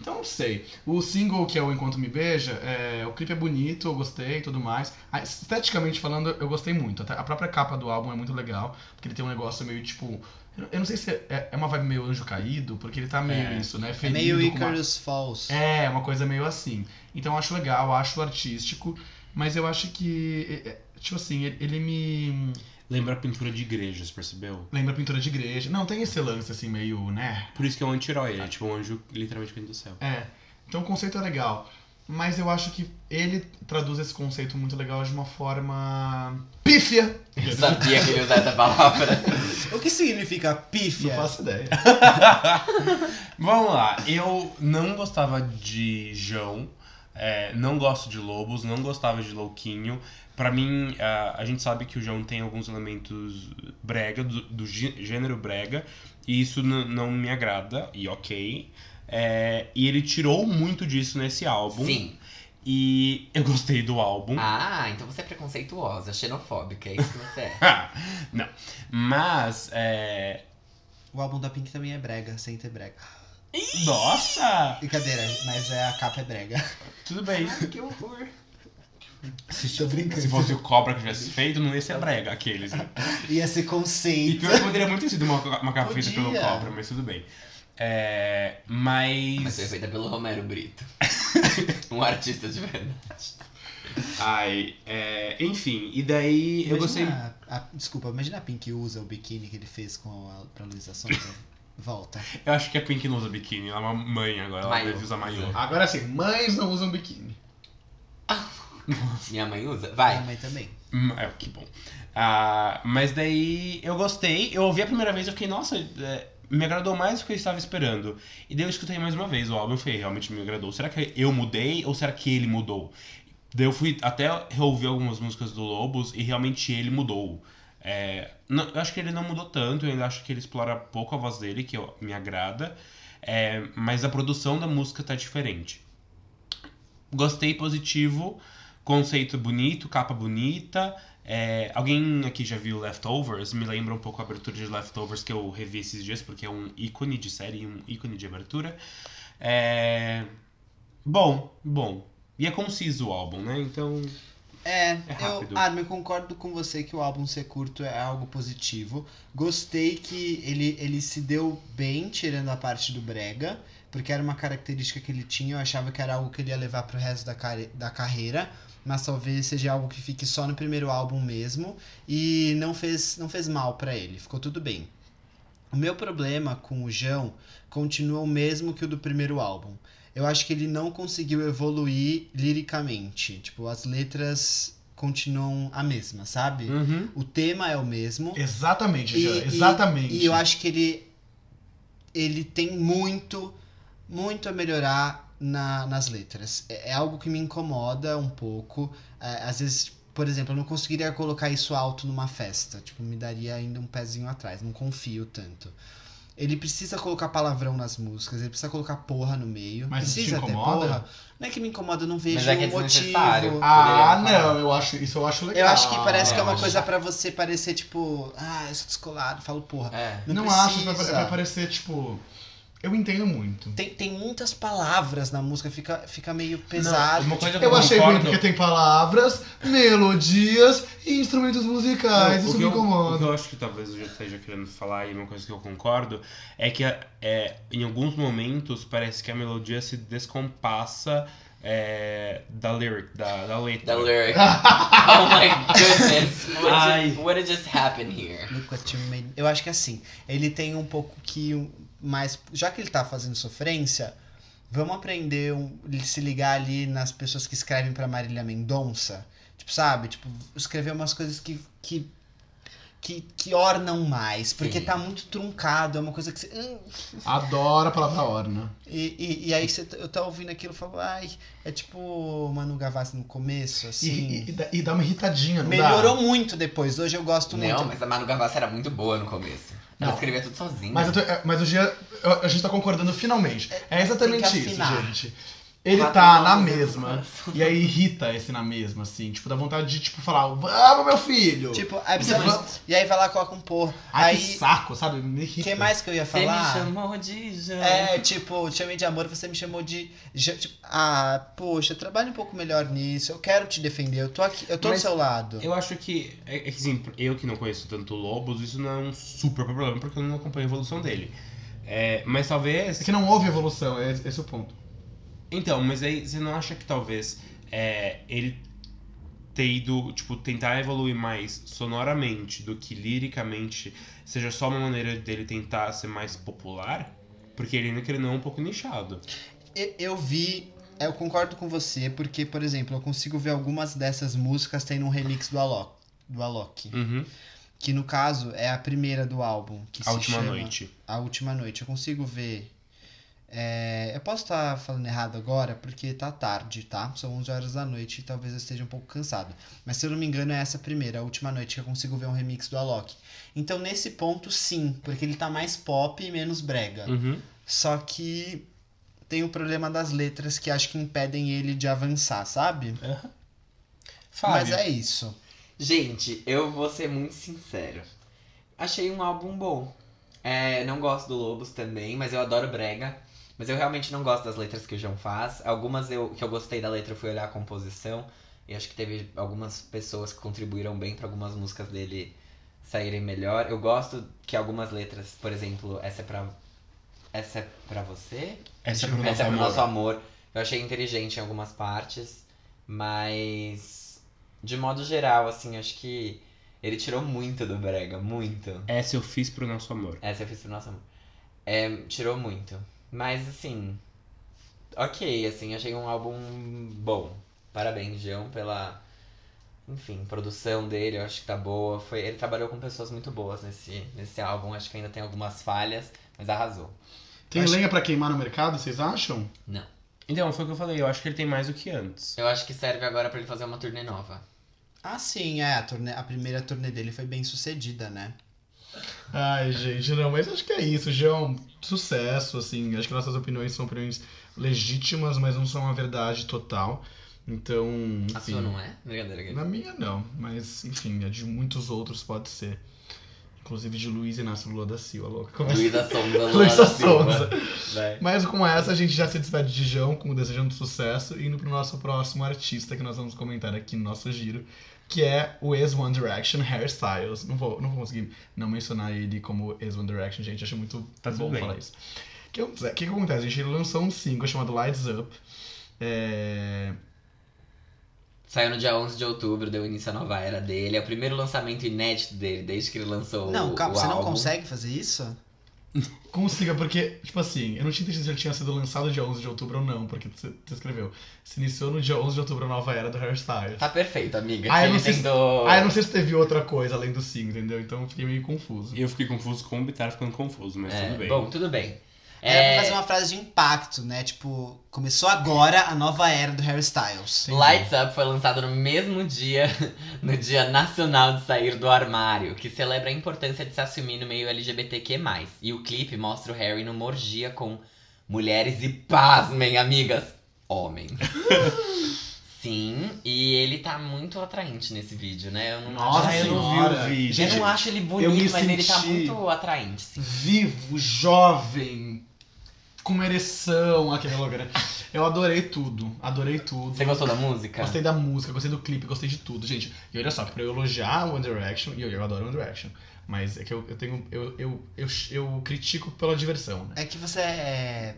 Então não sei. O single que é o Enquanto Me Beija, é, o clipe é bonito, eu gostei e tudo mais. Ah, Esteticamente falando, eu gostei muito. Até A própria capa do álbum é muito legal, porque ele tem um negócio meio tipo. eu- Eu não sei se é, é uma vibe meio anjo caído, porque ele tá meio
É.
isso, né?
É
Ferido
meio
com uma-
Icarus Falls.
é, uma coisa meio assim. Então eu acho legal, eu acho artístico, mas eu acho que. é, é, Tipo assim, ele, ele me
Lembra a pintura de igrejas, percebeu?
lembra pintura de igreja. Não, tem esse lance assim, meio, né?
Por isso que é um anti-herói, ele é tipo um anjo literalmente caindo do céu.
É. Então o conceito é legal. Mas eu acho que ele traduz esse conceito muito legal de uma forma. pífia!
Eu sabia que ele ia usar essa palavra.
[laughs]
O que significa
Não
pífia?
faço ideia.
Vamos lá, eu não gostava de João, é, não gosto de Lobos, não gostava de Louquinho. Pra mim, a, a gente sabe que o João tem alguns elementos brega, do, do gê- gênero brega, e isso n- não me agrada, e ok. É, e ele tirou muito disso nesse álbum.
Sim.
E eu gostei do álbum.
Ah, então você é preconceituosa, xenofóbica, é isso que você
[laughs]
é.
[laughs] não. Mas, é...
O álbum da Pink também é brega, sem ter brega.
Nossa!
Brincadeira, mas é, a capa é brega.
Tudo bem.
Ai, que horror.
Se,
[laughs] Tô brincando.
se fosse o Cobra que tivesse feito, não ia ser brega aqueles, né?
Ia ser
E
conceito.
pior que poderia muito ter sido uma, uma capa feita pelo
Podia.
Cobra, mas tudo bem. É,
Mas foi
mas.
feita pelo Romero
[laughs]
Brito. um artista de verdade.
Ai, é, enfim, e daí eu gostei.
Imagina a- a- desculpa, imagina a Pink usa o biquíni que ele fez com a, pra Luísa Sonza. Volta.
Eu acho que a Pink não usa biquíni, ela é uma mãe agora, ela
Maiô.
deve usar maiô.
Agora sim, mães não usam biquíni.
Minha mãe usa?
Minha
Vai.
mãe também.
Hum, É, que bom. Ah, mas daí eu gostei, eu ouvi a primeira vez e fiquei, nossa, é, me agradou mais do que eu estava esperando. E daí eu escutei mais uma vez o álbum e falei, realmente me agradou. Será que eu mudei ou será que ele mudou? Daí eu fui até reouvir algumas músicas do Lobos e realmente ele mudou. É, não- eu acho que ele não mudou tanto, eu ainda acho que ele explora pouco a voz dele, que eu- me agrada. É, mas a produção da música tá diferente. Gostei positivo, conceito bonito, capa bonita. É, alguém aqui já viu Leftovers? Me lembra um pouco a abertura de Leftovers que eu revi esses dias, porque é um ícone de série e um ícone de abertura. É, Bom, bom. E é conciso o álbum, né? Então.
É,
rápido.
eu, Armin, eu concordo com você que o álbum ser curto é algo positivo. Gostei que ele, ele se deu bem tirando a parte do brega, porque era uma característica que ele tinha, eu achava que era algo que ele ia levar pro resto da, care- da carreira, mas talvez seja algo que fique só no primeiro álbum mesmo, e não fez, não fez mal pra ele, ficou tudo bem. O meu problema com o João continua o mesmo que o do primeiro álbum eu acho que ele não conseguiu evoluir liricamente. Tipo, as letras continuam a mesma, sabe?
Uhum.
O tema é o mesmo.
Exatamente,
E-
Jean,
e-
exatamente.
E eu acho que ele ele tem muito, muito a melhorar na- nas letras. É, é algo que me incomoda um pouco. É, às vezes, por exemplo, eu não conseguiria colocar isso alto numa festa. Tipo, me daria ainda um pezinho atrás. Não confio tanto. Ele precisa colocar palavrão nas músicas, ele precisa colocar porra no meio.
Mas isso te
precisa ter
incomoda?
porra. Não é que me incomoda, eu não vejo
Mas é que é
um motivo.
desnecessário.
Ah,
Poderia falar.
não, eu acho, isso eu acho legal.
Eu acho que parece que é uma
acho.
coisa pra você parecer, tipo, ah, eu sou descolado, falo porra.
É.
Não,
Não,
acho,
precisa.
é pra, é pra parecer, tipo. Eu entendo muito.
Tem, tem muitas palavras na música, fica, fica meio pesado.
uma coisa que
Eu achei ruim
concordo-
porque tem palavras, melodias e instrumentos musicais.
Não, o
Ah, isso
que
me
eu-
incomoda.
O que eu acho que talvez eu já esteja querendo falar, e uma coisa que eu concordo, é que é, em alguns momentos parece que a melodia se descompassa é, da lyric, da, da letra.
The lyric. oh my
[laughs]
goodness. What,
Ai.
Just, what did just happen here?
Look what you made- Eu acho que assim, ele tem um pouco que um- mais. Já que ele tá fazendo sofrência, vamos aprender um- se ligar ali nas pessoas que escrevem pra Marília Mendonça. Tipo, sabe? Tipo, escrever umas coisas que. que que, que ornam mais, porque
Sim.
tá muito truncado, é uma coisa que você. hum,
Adoro a palavra orna.
E, e, e aí você tá- eu tava ouvindo aquilo e falo, ai, é tipo Manu Gavassi no começo,
E,
assim.
e, e dá- e dá uma irritadinha, não
Melhorou
dá?
muito depois, hoje eu gosto muito.
Não, mas a Manu Gavassi era muito boa no começo. Ela
Não.
escrevia tudo sozinha.
Mas, eu tô- é, mas o Gia, eu- a gente tá concordando finalmente. É
Tem
exatamente
que
isso,
afinar.
gente. Ele
Quatro
tá
mãos
na
dentro do
mesma.
coração.
E aí irrita esse na mesma, assim. Tipo, dá vontade de, tipo, falar, vamos, meu filho!
Tipo, aí
Isso é
precisa. E aí vai lá, coloca um porra.
Ai, que
aí.
saco, sabe? Me
O
irrita.
que é mais que eu ia
Você me
falar?
chamou de João.
É, tipo, te chamei de amor, você me chamou de. ja- tipo, ah, poxa, trabalha um pouco melhor nisso. Eu quero te defender. Eu tô aqui, eu tô
Mas
do seu lado.
Eu acho que, é, é que assim, eu que não conheço tanto Lobos, isso não é um super problema, porque eu não acompanho a evolução dele. É, mas talvez.
É que não houve evolução, é esse é o ponto.
Então, mas aí você não acha que talvez é, ele ter ido, tipo, tentar evoluir mais sonoramente do que liricamente seja só uma maneira dele tentar ser mais popular? Porque ele ainda querendo ou não é um pouco nichado.
E- Eu vi. Eu concordo com você, porque, por exemplo, eu consigo ver algumas dessas músicas tendo um remix do Alok. Do Alok.
Uhum.
Que no caso é a primeira do álbum. Que
A
se
última
chama
noite.
A Última Noite. Eu consigo ver. é, eu posso estar falando errado agora, porque tá tarde, tá? São 11 horas da noite e talvez eu esteja um pouco cansado. Mas se eu não me engano, é essa primeira, a última noite que eu consigo ver um remix do Alok. Então, nesse ponto, sim, porque ele tá mais pop e menos brega.
Uhum.
Só que tem o problema das letras que acho que impedem ele de avançar, sabe? Mas
Fábio.
é isso.
Gente, eu vou ser muito sincero. Achei um álbum bom. É, não gosto do Lobos também, mas eu adoro Brega. Mas eu realmente não gosto das letras que o João faz. Algumas eu, que eu gostei da letra, eu fui olhar a composição. E acho que teve algumas pessoas que contribuíram bem para algumas músicas dele saírem melhor. Eu gosto que algumas letras, por exemplo, essa é pra. Essa é pra você?
Essa é pro nosso
Essa é pro
amor.
nosso amor. Eu achei inteligente em algumas partes, mas de modo geral, assim, acho que ele tirou muito do Brega, muito.
Essa eu fiz pro nosso amor.
Essa eu fiz pro nosso amor. É, tirou muito. Mas assim, ok, assim, achei um álbum bom. Parabéns, João, pela. Enfim, produção dele, eu acho que tá boa. Foi, ele trabalhou com pessoas muito boas nesse, nesse álbum. Acho que ainda tem algumas falhas, mas arrasou.
Tem
Acho-
lenha pra queimar no mercado, vocês acham?
Então, foi o que eu falei, eu acho que ele tem mais do que antes.
Eu acho que serve agora pra ele fazer uma turnê nova.
Ah, sim, é. A, turnê- a primeira turnê dele foi bem sucedida, né?
Ai, gente, não, mas acho que é isso. João, sucesso, assim. Acho que nossas opiniões são opiniões legítimas, mas não são a verdade total. Então.
A
enfim.
sua não é? Brincadeira, Gabi.
Na minha não, mas enfim, a de muitos outros pode ser. Inclusive de Luiz Inácio Lula da Silva, louca. Como é que-
Luísa Sonza,
[laughs] Luísa
Luísa Silva.
Sonza.
Vai.
Mas com essa a gente já se despede de João com o Desejando Sucesso e indo pro nosso próximo artista que nós vamos comentar aqui no nosso giro, que é o ex One Direction Hairstyles. Não vou, não vou conseguir não mencionar ele como ex One Direction, gente, acho muito
Tá tudo
bom
bem.
falar isso. O que, aconte- que que acontece, gente? Ele lançou um single chamado Lights Up. É,
Saiu no dia 11 de outubro, deu início à nova era dele. É o primeiro lançamento inédito dele, desde que ele lançou o
Não, calma,
o
você não
álbum.
consegue fazer isso?
Consiga, porque, tipo assim, eu não tinha entendido se ele tinha sido lançado dia 11 de outubro ou não, porque você você escreveu. Se iniciou no dia 11 de outubro a nova era do hairstyle.
Tá perfeito, amiga.
Ah, eu
ele
não sei se-
tentou...
Ah, eu não sei se teve outra coisa além do single, entendeu? Então eu fiquei meio confuso.
E eu fiquei confuso com o Bitar ficando confuso, mas
É,
tudo bem.
Bom, tudo bem.
Era
É,
pra fazer uma frase de impacto, né? Tipo, começou agora a nova era do hairstyles.
Lights Up foi lançado no mesmo dia, [laughs] no Dia Nacional de Sair do Armário, que celebra a importância de se assumir no meio LGBTQ+. E o clipe mostra o Harry numa orgia com mulheres e, pasmem, amigas, homens.
[laughs]
Sim, e ele tá muito atraente nesse vídeo, né? Eu não
Nossa,
acho
eu
ele-
não vi
senhora.
o vídeo.
eu
Gente,
não acho ele
eu
bonito,
me
mas ele tá
senti-
muito atraente, sim.
Vivo, jovem, com uma ereção, aquele holograma. Eu adorei tudo, adorei tudo.
Você gostou da música?
Gostei da música, gostei do clipe, gostei de tudo, gente. E olha só, que pra eu elogiar One Direction, e eu, eu adoro One Direction, mas é que eu, eu tenho. Eu, eu, eu, eu critico pela diversão, né?
É que você é.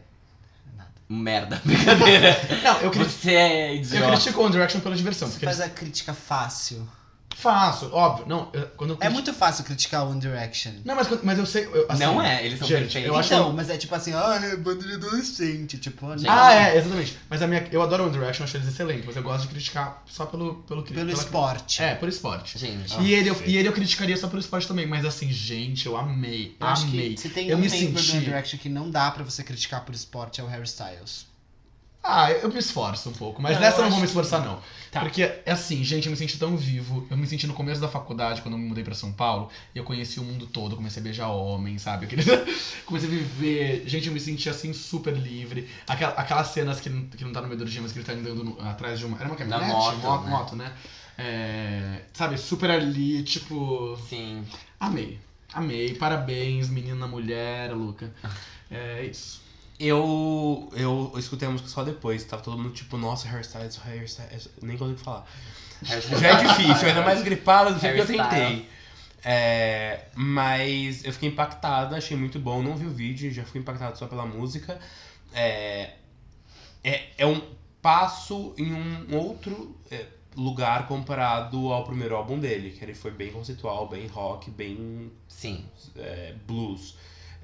Merda, [laughs] brincadeira.
Não, eu, criti
Você é
eu
idiota.
critico One Direction pela diversão,
Você
Então, porque
faz
eles...
a crítica fácil.
faço, óbvio. Não, eu- quando eu
É
critico-
muito fácil criticar One Direction.
Não, mas, quando- mas eu sei. eu- assim-
Não é, eles são
gente,
perfeitos.
eu acho-
Então, mas é tipo assim, ah, é banda de adolescente. Tipo,
Gente,
ah,
Ah, é, exatamente. Mas a minha, eu adoro One Direction, acho eles excelentes, mas eu gosto de criticar só pelo pelo cri-
pelo
pela-
esporte.
É, por esporte.
Gente,
Ah,
e, ele, eu,
sei.
e ele eu criticaria só pelo esporte também, mas assim, gente, eu amei,
Eu acho
amei.
que se tem
Eu
um
me
membro do
senti-
One Direction que não dá pra você criticar por esporte é o Harry Styles.
Ah, eu eu me esforço um pouco, mas
Não,
nessa
eu
eu não vou
acho
me esforçar, não.
Tá.
Porque é assim, gente, eu me senti tão vivo. Eu me senti no começo da faculdade, quando eu me mudei pra São Paulo, e eu conheci o mundo todo, comecei a beijar homem, sabe? Aquele- [laughs] comecei a viver. Gente, eu me senti assim super livre. Aquela- aquelas cenas que, não- que não tá no meio do dia, mas que ele tá andando no- atrás de uma. Era uma caminhonete?
moto,
Mo-
né?
moto, né? É, sabe, super ali, tipo.
Sim.
Amei. Amei. Parabéns, menina, mulher, Luca. É isso.
Eu, eu escutei a música só depois, tava todo mundo tipo, nossa, hairstyles, hairstyles, é, nem consigo falar. Já é difícil, ainda mais gripada do que eu
Hairstyles.
tentei. É, mas eu fiquei impactada, achei muito bom, não vi o vídeo, já fui impactado só pela música. É, é, é um passo em um outro é, lugar comparado ao primeiro álbum dele, que ele foi bem conceitual, bem rock, bem
Sim.
é, blues.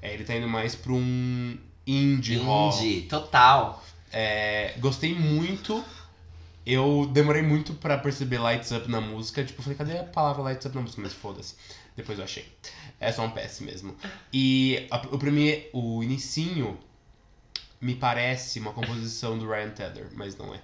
É, ele tá indo mais pra um indie, rock.
Indie, total.
É, gostei muito. Eu demorei muito pra perceber lights up na música. Tipo, eu falei, cadê a palavra lights up na música? Mas foda-se. Depois eu achei. É só um PS mesmo. E a, o primeiro, o inicinho me parece uma composição do Ryan Tedder, mas não é.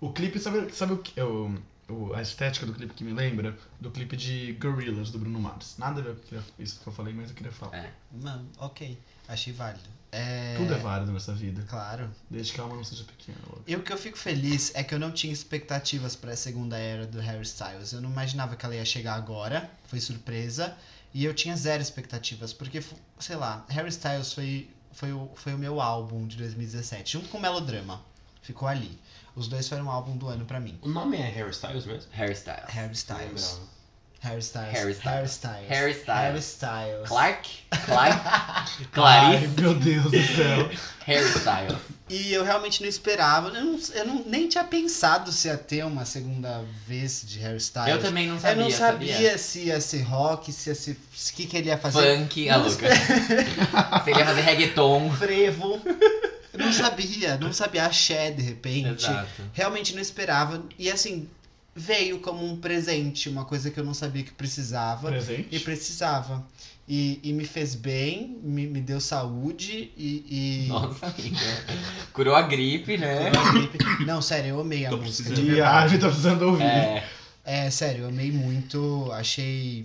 O clipe, sabe, sabe o que. é O, o- a estética do clipe que me lembra? Do clipe de Gorillaz, do Bruno Mars. Nada a ver com isso que eu falei, mas eu queria falar.
É.
Mano, ok. Achei válido. É,
Tudo é válido nessa vida,
Claro.
desde que a alma não seja pequena. Luca.
E o que eu fico feliz é que eu não tinha expectativas pra segunda era do Harry Styles. Eu não imaginava que ela ia chegar agora, foi surpresa. E eu tinha zero expectativas, porque, fu- sei lá, Harry Styles foi, foi, o, foi o meu álbum de 2017, junto com o Melodrama. Ficou ali. Os dois foram o álbum do ano pra mim.
O nome é Hairstyles mesmo?
Hairstyles.
Harry Styles.
Lembrava.
Harry Styles.
Harry Styles.
Harry Styles.
Harry Styles.
Harry Styles.
Clark? [laughs] Clark?
Ai,
Clarice?
meu Deus do
[laughs]
céu.
Hairstyles.
E eu realmente não esperava. Eu, não, eu não, nem tinha pensado se ia ter uma segunda vez de Harry Styles.
Eu também não
Eu
sabia.
não sabia, se ia ser rock, se ia ser. O que, que ele ia fazer?
Funk, ah, a Luca. [laughs] Se ele ia fazer reggaeton.
Frevo. Eu não sabia, não sabia axé de repente.
Exato.
Realmente não esperava. E assim, veio como um presente, uma coisa que eu não sabia que precisava. E
Presente?
precisava. E, e me fez bem, me, me deu saúde e. e-
[laughs] Nossa, amiga. Curou a gripe, né?
Não, sério, eu amei a
Tô
música.
E
precisando.
de
a
verdade.
árvore tá precisando ouvir.
É,
É, sério, eu amei muito. Achei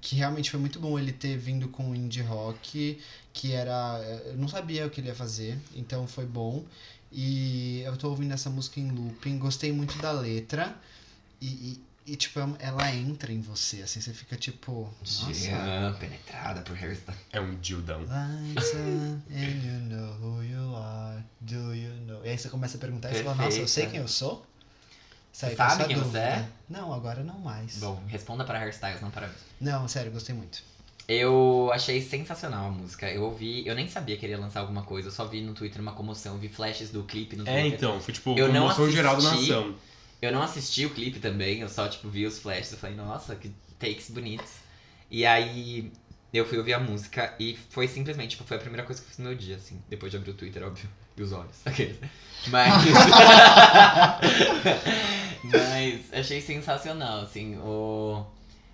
que realmente foi muito bom ele ter vindo com o indie rock, que era. eh, Eu não sabia o que ele ia fazer, então foi bom. E eu tô ouvindo essa música em looping, gostei muito da letra. E, e, e, tipo, ela entra em você, assim, você fica tipo. Nossa.
Jean, é. penetrada por hairstyle.
É um Dildão.
Lights up and you know who you are, do you know? E aí você começa a perguntar e você fala, nossa, eu sei
Perfeita.
quem eu sou? Saí
Você
com
sabe
essa
quem você
dúvida.
é?
Não, agora não mais.
Bom, responda para hairstyles, não para mim.
Não, sério, gostei muito.
Eu achei sensacional a música. Eu ouvi, eu nem sabia que ele ia lançar alguma coisa, eu só vi no Twitter uma comoção, vi flashes do clipe no
É,
Twitter.
então, foi tipo
Eu não
promoção geral da
assisti.
nação.
Eu não assisti o clipe também, eu só, tipo, vi os flashes e falei, nossa, que takes bonitos. E aí eu fui ouvir a música e foi simplesmente, tipo, foi a primeira coisa que eu fiz no meu dia, assim, depois de abrir o Twitter, óbvio. [laughs] E os olhos, aqueles. Mas. [laughs] Mas achei sensacional, assim, o.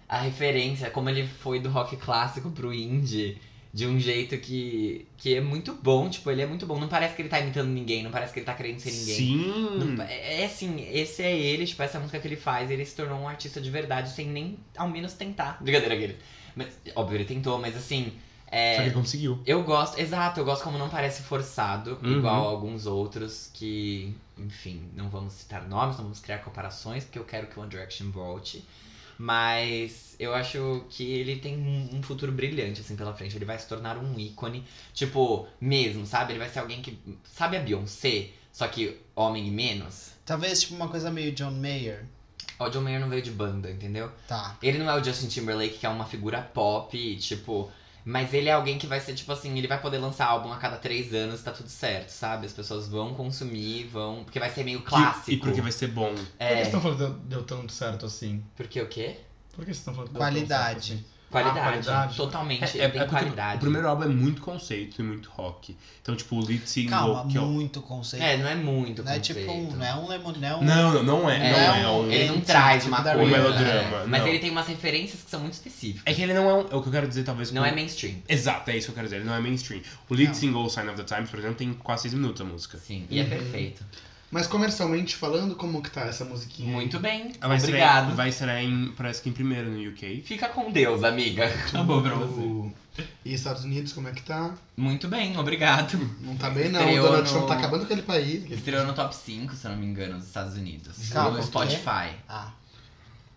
A referência, como ele foi do rock clássico pro indie, de um jeito que, que é muito bom, tipo, ele é muito bom. Não parece que ele tá imitando ninguém, não parece que ele tá querendo ser ninguém. Não
Sim.
pa- é é assim, esse é ele, tipo, essa música que ele faz, ele se tornou um artista de verdade sem nem ao menos tentar. Brincadeira aquele. Mas, óbvio, ele tentou, mas assim. é,
Só que ele conseguiu.
eu gosto, exato, eu gosto como não parece forçado,
Uhum.
igual alguns outros que, enfim, não vamos citar nomes, não vamos criar comparações, porque eu quero que o One Direction volte. Mas eu acho que ele tem um um futuro brilhante, assim, pela frente. Ele vai se tornar um ícone, tipo, mesmo, sabe? Ele vai ser alguém que. Sabe a Beyoncé, só que homem e menos?
Talvez, tipo, uma coisa meio John Mayer.
O John Mayer não veio de banda, entendeu?
Tá.
Ele não é o Justin Timberlake, que é uma figura pop, tipo. Mas ele é alguém que vai ser, tipo assim, ele vai poder lançar álbum a cada três anos, tá tudo certo, sabe? As pessoas vão consumir, vão. Porque vai ser meio clássico.
E, e porque vai ser Ah, bom.
Por que vocês
É.
estão falando que deu, deu tanto certo assim?
Porque o quê?
Por que vocês estão falando que
Qualidade.
deu tanto certo assim?
Qualidade.
qualidade.
Totalmente.
É, é
ele tem
porque
qualidade.
o primeiro álbum é muito conceito e muito rock. Então, tipo, o lead single
Calma,
que é o...
muito conceito.
É, não é muito.
não é tipo um.
conceito.
Não é um lemon. Não, é um-
Não, não é. Não é, um...
Ele não
tipo
traz
da
uma
Rita.
coisa.
Um melodrama,
é. Mas
não.
ele tem umas referências que são muito específicas.
É que ele não é um... É o que eu quero dizer, talvez...
Não
com-
é mainstream.
Exato, é isso que eu quero dizer. Ele não é mainstream. O lead
Não.
single, Sign of the Times, por exemplo, tem quase 6 minutos a música.
Sim. E é perfeito.
Mas comercialmente falando, como que tá essa musiquinha? aí?
Muito bem.
Ela vai
Tá, Obrigado.
Estrear, Ah, vai estrear em, parece que em primeiro no UK.
Fica com Deus, amiga.
Tudo.
pra você.
E Estados Unidos, como é que tá?
Muito bem, obrigado.
Não tá bem, não.
Estreou
o Donald
no-
Trump tá acabando aquele país.
Estreou no top 5, se eu não me engano, dos Estados Unidos.
Calma, o
no
quê?
Spotify.
Ah.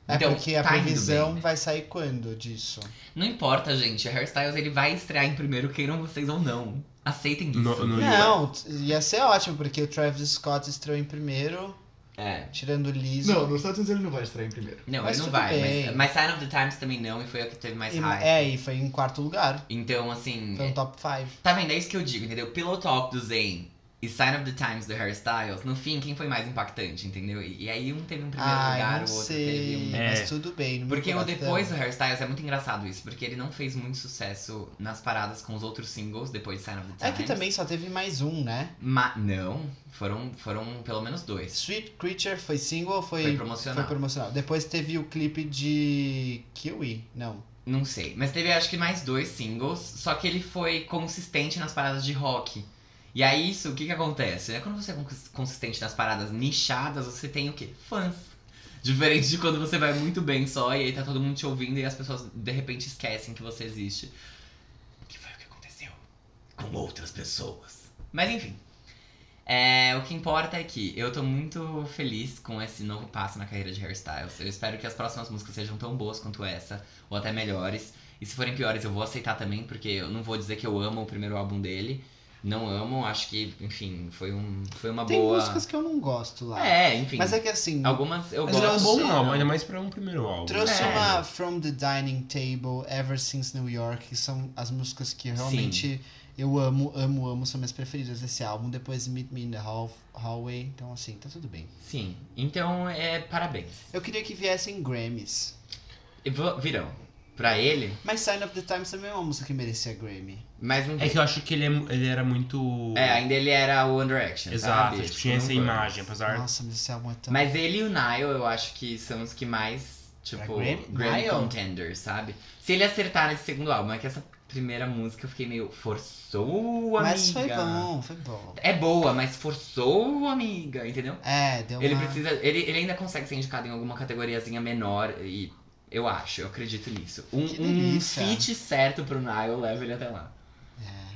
É
Então,
porque a
tá indo
previsão
bem, né?
vai sair quando disso?
Não importa, gente. A Hairstyles ele vai estrear em primeiro, queiram vocês ou não. Aceitem isso.
No- no-
Não, t- ia ser ótimo, porque o Travis Scott estreou em primeiro,
É.
tirando o Lizzo.
Não, nos Estados Unidos ele não vai estrear em primeiro.
Não,
Mas
ele não
tudo
vai.
bem.
Mas, mas Sign of the Times também não, e foi a que teve mais
E-
hype.
é, e foi em quarto lugar.
Então, assim.
Foi no top 5.
Tá vendo? É isso que eu digo, entendeu? Pillow Talk do Zayn e Sign of the Times do Hairstyles, no fim, quem foi mais impactante, entendeu? E, e aí um teve um primeiro
Ah,
lugar,
não
o outro
sei,
teve um.
É.
mas tudo bem. no meu
Porque o
coração.
depois do Hairstyles é muito engraçado isso, porque ele não fez muito sucesso nas paradas com os outros singles depois de Sign of the
É
Times.
que também só teve mais um, né?
Ma não, foram, foram pelo menos dois.
Sweet Creature foi single ou foi,
Foi promocional.
foi promocional? Depois teve o clipe de Kiwi, não.
Não sei. Mas teve acho que mais dois singles, só que ele foi consistente nas paradas de rock. E aí isso, o que que acontece? É quando você é cons- consistente nas paradas nichadas, você tem o quê? Fãs. Diferente de quando você vai muito bem só e aí tá todo mundo te ouvindo e as pessoas de repente esquecem que você existe. Que foi o que aconteceu com outras pessoas. Mas enfim. É, o que importa é que eu tô muito feliz com esse novo passo na carreira de hairstyles. Eu espero que as próximas músicas sejam tão boas quanto essa ou até melhores. E se forem piores, eu vou aceitar também, porque eu não vou dizer que eu amo o primeiro álbum dele. Não amo, acho que, enfim, foi, um, foi uma
Tem
boa.
músicas que eu não gosto lá.
É, enfim.
Mas é que assim,
Algumas eu
Mas ele é um
gosto.
bom álbum, ainda mais pra um primeiro álbum.
Trouxe
É.
uma From the Dining Table, Ever Since New York, que são as músicas que eu realmente eu amo, amo, amo, são minhas preferidas desse álbum. Depois Meet Me in the Hall- Hallway, então assim, tá tudo bem.
Sim. Então, é, parabéns.
Eu queria que viessem Grammys.
E vo- virão. Pra ele,
Mas Sign of the Times também é uma música que merecia Grammy.
mas não
É que eu acho que ele, é- ele era muito...
É, ainda ele era o Under Action,
Exato,
sabe?
tipo, tinha
não
essa
foi.
imagem, apesar...
Nossa, mas esse álbum é tão...
Mas ele e o Nile, eu acho que são os que mais, tipo,
Pra Grammy?
Grammy
Nile?
contenders, sabe? Se ele acertar nesse segundo álbum, é que essa primeira música eu fiquei meio. Forçou, amiga.
Mas foi bom, foi bom.
É boa, mas forçou, amiga, entendeu?
É, deu
Ele
uma...
precisa. Ele, ele ainda consegue ser indicado em alguma categoriazinha menor e. Eu acho, eu acredito nisso. Um,
Que
um
delícia.
fit certo pro Nile leva ele até lá.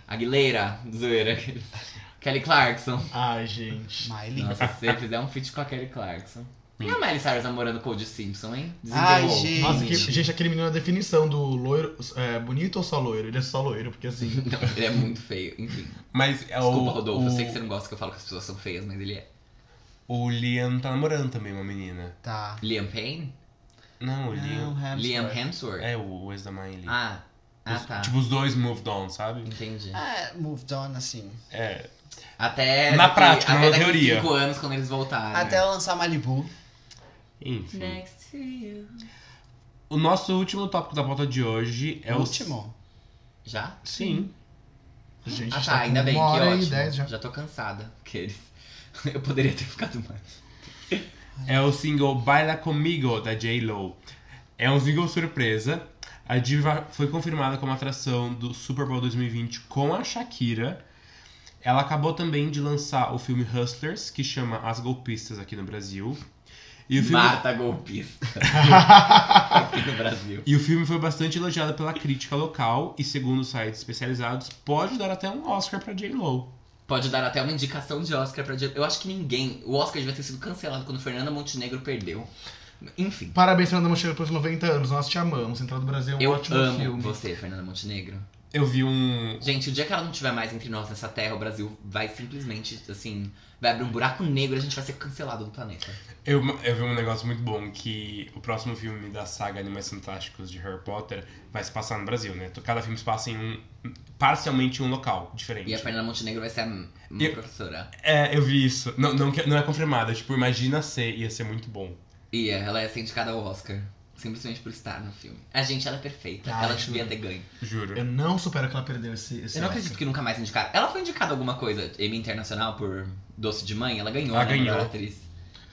Aguilera, zoeira. [laughs] Kelly Clarkson.
Ai, gente.
Miley.
Nossa, se você fizer um feat com a Kelly Clarkson. E a Miley Cyrus namorando com o Cody Simpson, hein?
Ai,
Desenterrou.
gente.
Nossa, que- gente, aquele menino é a definição do loiro. É, bonito ou só loiro? Ele é só loiro, porque
[laughs]
assim.
Não, ele é muito feio, enfim.
Mas é
Desculpa,
o,
Rodolfo,
o,
eu sei que você não gosta que eu falo que as pessoas são feias, mas ele é.
o Liam tá namorando também uma menina.
Tá.
Liam Payne?
Não, o Liam...
Não, Hemsworth.
Liam Hemsworth?
É o ex da Miley.
Ah, ah
Os-
tá.
Tipo, os dois moved on, sabe?
Entendi.
Ah, moved on, assim.
É.
Até.
Na prática,
até
não na
daqui
teoria.
cinco anos quando eles voltarem.
Até lançar Malibu.
Enfim.
Next to you.
O nosso último tópico da pauta de hoje é o...
último.
Já?
Sim.
Hum.
Gente,
Ah
tá
tá, ainda
com
bem, que
uma hora
ótimo.
e dez já.
já tô cansada. Que eles. [laughs] Eu poderia ter ficado mais.
É o single Baila Comigo, da J-Lo. É um single surpresa. A diva foi confirmada como atração do Super Bowl 2020 com a Shakira. Ela acabou também de lançar o filme Hustlers, que chama As Golpistas aqui no Brasil. E o filme,
Marta golpista. Aqui no Brasil.
e o filme foi bastante elogiado pela crítica local e, segundo sites especializados, pode dar até um Oscar pra J-Lo.
Pode dar até uma indicação de Oscar pra. Eu acho que ninguém. O Oscar devia ter sido cancelado quando Fernanda Montenegro perdeu. Enfim.
[laughs] Parabéns, Fernanda Mochila, pelos 90 anos. Nós te amamos. Central do Brasil é um
Eu
ótimo
amo
filme.
você, Fernanda Montenegro.
Eu vi um.
Gente, o dia que ela não estiver mais entre nós nessa terra, o Brasil vai simplesmente, assim, vai abrir um buraco negro e a gente vai ser cancelado do planeta.
Eu, eu vi um negócio muito bom, que o próximo filme da saga Animais Fantásticos de Harry Potter vai se passar no Brasil, né? Cada filme se passa em um. parcialmente em um local diferente.
E a Fernanda Montenegro vai ser a- uma
Eu-
professora.
É, eu vi isso. Não, não, que- não é confirmado, é tipo, imagina ser, ia ser muito bom.
E ela ia ser indicada ao Oscar. Simplesmente por estar no filme. A gente, ela é perfeita.
Ah,
ela
acho-
devia ter ganho.
Juro.
Eu não supero que ela perdeu esse, esse
Eu não
Oscar.
acredito que nunca mais indicaram. Ela foi indicada alguma coisa, Emmy Internacional, por Doce de Mãe? Ela ganhou,
Ela
né, melhor
ganhou.
atriz.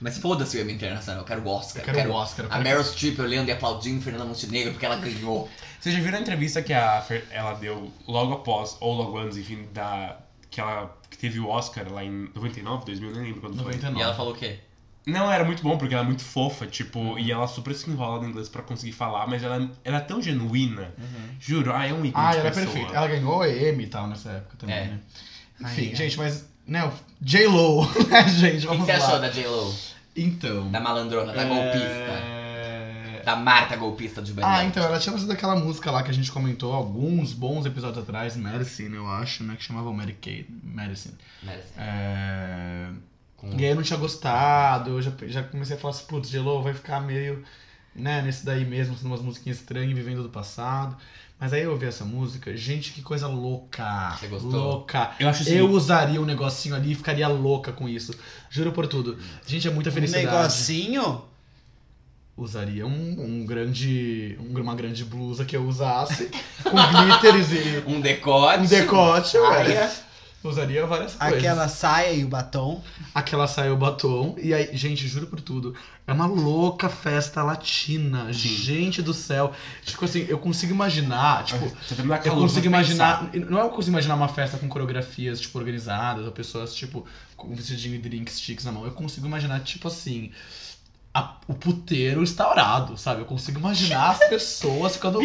Mas foda-se o Emmy Internacional, eu quero o Oscar.
Eu quero o Oscar. eu
A
quero-
Meryl Streep olhando e aplaudindo Fernanda Montenegro porque ela ganhou.
Vocês já viram a entrevista que a Fer, ela deu logo após, ou logo antes, enfim, da. Que ela que teve o Oscar lá em 99, 2000, nem lembro quando foi.
99.
E ela falou o quê?
Não, era muito bom, porque ela é muito fofa,
Uhum.
tipo, e ela super se enrola no inglês pra conseguir falar, mas ela, ela é tão genuína. Juro, ah, é um ícone
Ah,
de
ela é
pessoa.
perfeita.
[laughs]
Ela ganhou a M e tal nessa época também,
É.
né?
Ai,
Enfim,
ai.
gente, mas. Né, o
[laughs]
J-Lo, né, gente?
O que
Vamos
você
lá.
achou da J-Lo?
Então.
Da malandrona, da
é,
golpista? Da Marta golpista de Bandeira?
Ah, então, ela tinha lançado aquela música lá que a gente comentou alguns bons episódios atrás, Medicine, eu acho, né? Que chamava Mary Kate Medicine.
Merece.
É...
Com-
E aí eu não tinha gostado, eu já, já comecei a falar assim, putz, Gelou, vai ficar meio, né, nesse daí mesmo, sendo umas musiquinhas estranhas, vivendo do passado. Mas aí eu ouvi essa música, gente, que coisa louca.
Você gostou?
Louca.
Eu acho assim,
Eu usaria um negocinho ali e ficaria louca com isso. Juro por tudo. Gente, é muita
Um
felicidade.
negocinho?
Usaria um, um grande, um- uma grande blusa que eu usasse, [laughs] com glitters e
Um decote.
um decote.
Ai,
ué. Usaria várias coisas.
Aquela saia e o batom.
Aquela saiu o batom. E aí, gente, juro por tudo. É uma louca festa latina.
Sim.
Gente do céu. Tipo assim, eu consigo imaginar. Tipo,
Tá tendo uma
eu
calor,
consigo
vou
imaginar. Não é eu consigo imaginar uma festa com coreografias, tipo, organizadas, ou pessoas, tipo, com um vestidinho e drink sticks na mão. Eu consigo imaginar, tipo assim. a- o puteiro instaurado, sabe? Eu consigo
[laughs]
imaginar as pessoas ficando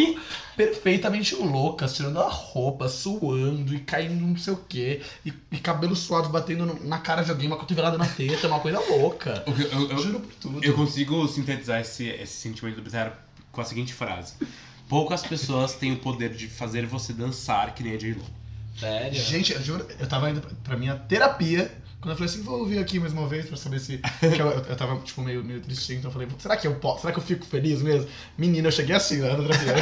perfeitamente loucas, tirando a roupa, suando e caindo não sei o quê. E, e cabelo suado batendo no- na cara de alguém, uma cotovelada na teta, uma coisa louca.
pensar. O que Eu, eu,
Eu
eu,
juro por tudo.
eu consigo sintetizar esse, esse sentimento do Bizarro com a seguinte frase. Poucas pessoas têm o poder de fazer você dançar que nem a J-Lo.
Sério?
Gente, eu juro, eu tava indo pra- pra minha terapia. Quando eu falei assim, vou ouvir aqui mais uma vez pra saber [laughs] se. porque Eu, eu, eu tava, tipo, meio, meio tristinho, então eu falei, será que eu posso? Será que eu fico feliz mesmo? Menina, eu cheguei assim lá na terapia.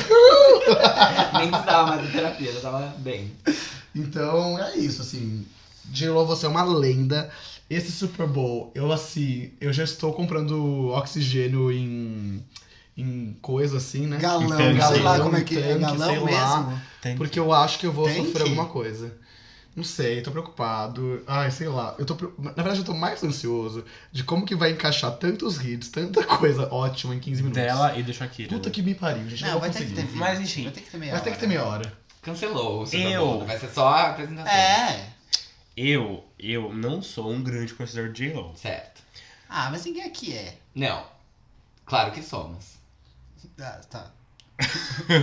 Nem precisava mais de terapia, já tava bem.
[laughs] então, é isso, assim. J-Lo, você é uma lenda. Esse Super Bowl, eu assim, eu já estou comprando oxigênio em. em coisa assim, né?
Galão,
Tanque,
galão,
sei
lá,
lá,
como é que é?
tanque, sei
Galão
lá.
mesmo?
Tem
Porque eu acho que eu vou
Tem
sofrer
que.
alguma coisa. Não sei, tô preocupado. Ai, sei lá. Eu tô, pre- na verdade, eu tô mais ansioso de como que vai encaixar tantos hits, tanta coisa ótima em 15 minutos.
dela e da Shakira.
Puta que me pariu, gente.
Não,
eu
vai ter
conseguir.
que ter vídeo.
Mas, enfim.
Vai ter que ter meia
Vai ter que ter meia hora.
Cancelou o Super
Eu.
Bowl. Vai ser só a apresentação.
É.
Eu, eu não sou um grande conhecedor de J-Lo.
Certo.
Ah, mas ninguém aqui é.
Não. Claro que somos.
Ah, tá.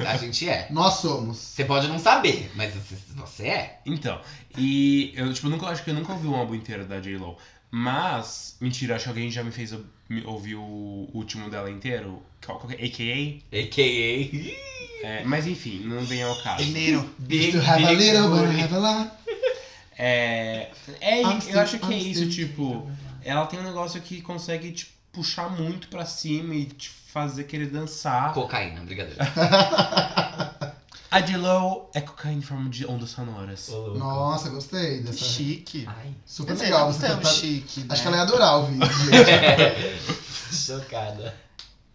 A [laughs] gente é.
Nós somos.
Você pode não saber, mas você, você é.
Então, e eu, tipo, nunca, acho que eu nunca ouvi um álbum inteiro da J-Lo. Mas, mentira, acho que alguém já me fez ou- me ouvir o último dela inteiro. Qual, qual que é? AKA?
A.K.A.
É, mas enfim, não vem ao
Ah.
caso.
Primeiro.
Big,
to have a
Big
little, but
Booty.
have a lot.
É, é
I'm
isso,
still-
eu acho que é
I'm
isso,
still-
tipo, ela tem um negócio que consegue te puxar muito pra cima e te fazer querer dançar.
[laughs] Cocaína, brincadeira.
A J-Lo é cocaína em forma de ondas
[laughs]
sonoras.
Oh. Nossa, gostei [laughs] dessa. Ah,
Chique.
Ai.
Super
Quer dizer,
legal
não
você
tão
tentar.
chique, né?
Acho que ela é- ia adorar o vídeo. gente.
Chocada.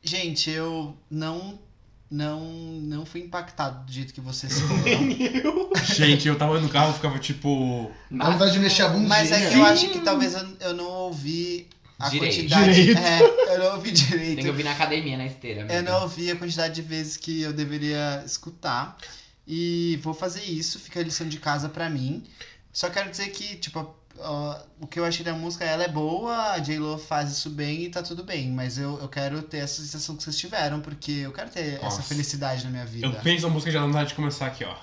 Gente, eu não... Não, não fui impactado do jeito que vocês foram.
Gente, eu tava no carro, ficava tipo.
Dá vontade de mexer a bundinha.
Mas é que eu acho que talvez eu, eu não ouvi a
Direito.
quantidade.
Direito.
É, eu não ouvi
Tem que
direito.
ouvir na academia, na esteira.
Eu
amiga.
não ouvi a quantidade de vezes que eu deveria escutar. E vou fazer isso, fica a lição de casa pra mim. Só quero dizer que, tipo, ó, o que eu achei da música, ela é boa, a J-Lo faz isso bem e tá tudo bem. Mas eu, eu quero ter essa sensação que vocês tiveram, porque eu quero ter
Nossa.
essa felicidade na minha vida.
Eu penso na música e já dá vontade de começar aqui, ó.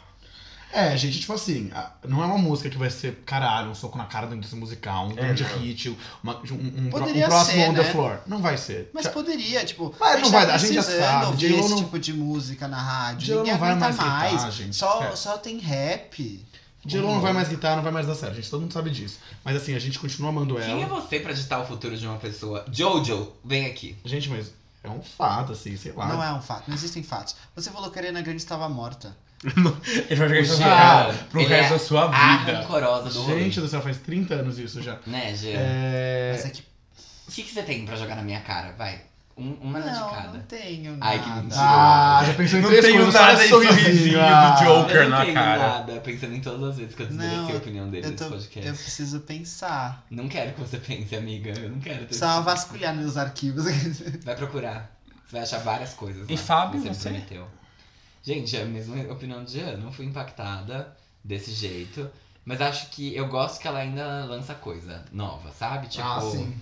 É, gente, tipo assim, a- não é uma música que vai ser, caralho, um soco na cara da indústria musical, um grande
É, não.
hit, uma- um, um, um pró- um
Poderia
próximo
ser,
on the
né?
floor. Não vai ser.
Mas poderia, tipo,
Mas
a gente
não
tá
vai dar, a gente já
precisando
sabe,
ouvir
J-Lo
esse
não-
tipo de música na rádio.
J-Lo
Ninguém
não vai
aguenta
mais gritar,
mais.
gente,
só,
esquece.
só tem rap.
Jelon
Hum.
não vai mais gritar, não vai mais dar certo, gente, todo mundo sabe disso. Mas assim, a gente continua amando
Quem é
ela.
você pra ditar o futuro de uma pessoa? Jojo, vem aqui.
Gente, mas é um fato, assim, sei lá.
Não é um fato, não existem fatos. Você falou que a Ariana Grande estava morta.
Ele vai jogar isso na
Jean,
cara pro
ele
resto
é
da sua
A
vida.
rancorosa do rolê.
Gente do céu, faz 30 anos isso já.
Né, Jean?
É...
Mas é que
O que, que você tem pra jogar na minha cara? Vai. Um- uma
não,
de
não
cada.
tenho nada.
Ai, que mentira.
Ah, já pensou em
Não
três
tenho
coisas,
nada
só
em
sorrisinho,
sorrisinho
ah.
do Joe.
Eu
Joker
não
na
tenho
cara.
nada, pensando em todas as vezes que eu
Não,
desmereci a opinião dele
Eu,
nesse
tô,
podcast.
eu preciso pensar.
Não quero que você [laughs] pense, amiga. Eu não quero ter
Precisava vasculhar meus arquivos.
Vai procurar. Você vai achar várias coisas.
E
lá que
Fábio,
me
você?
prometeu. Gente, é a mesma opinião de Ana. Não fui impactada desse jeito. Mas acho que eu gosto que ela ainda lança coisa nova, sabe? Tipo,
Ah, sim.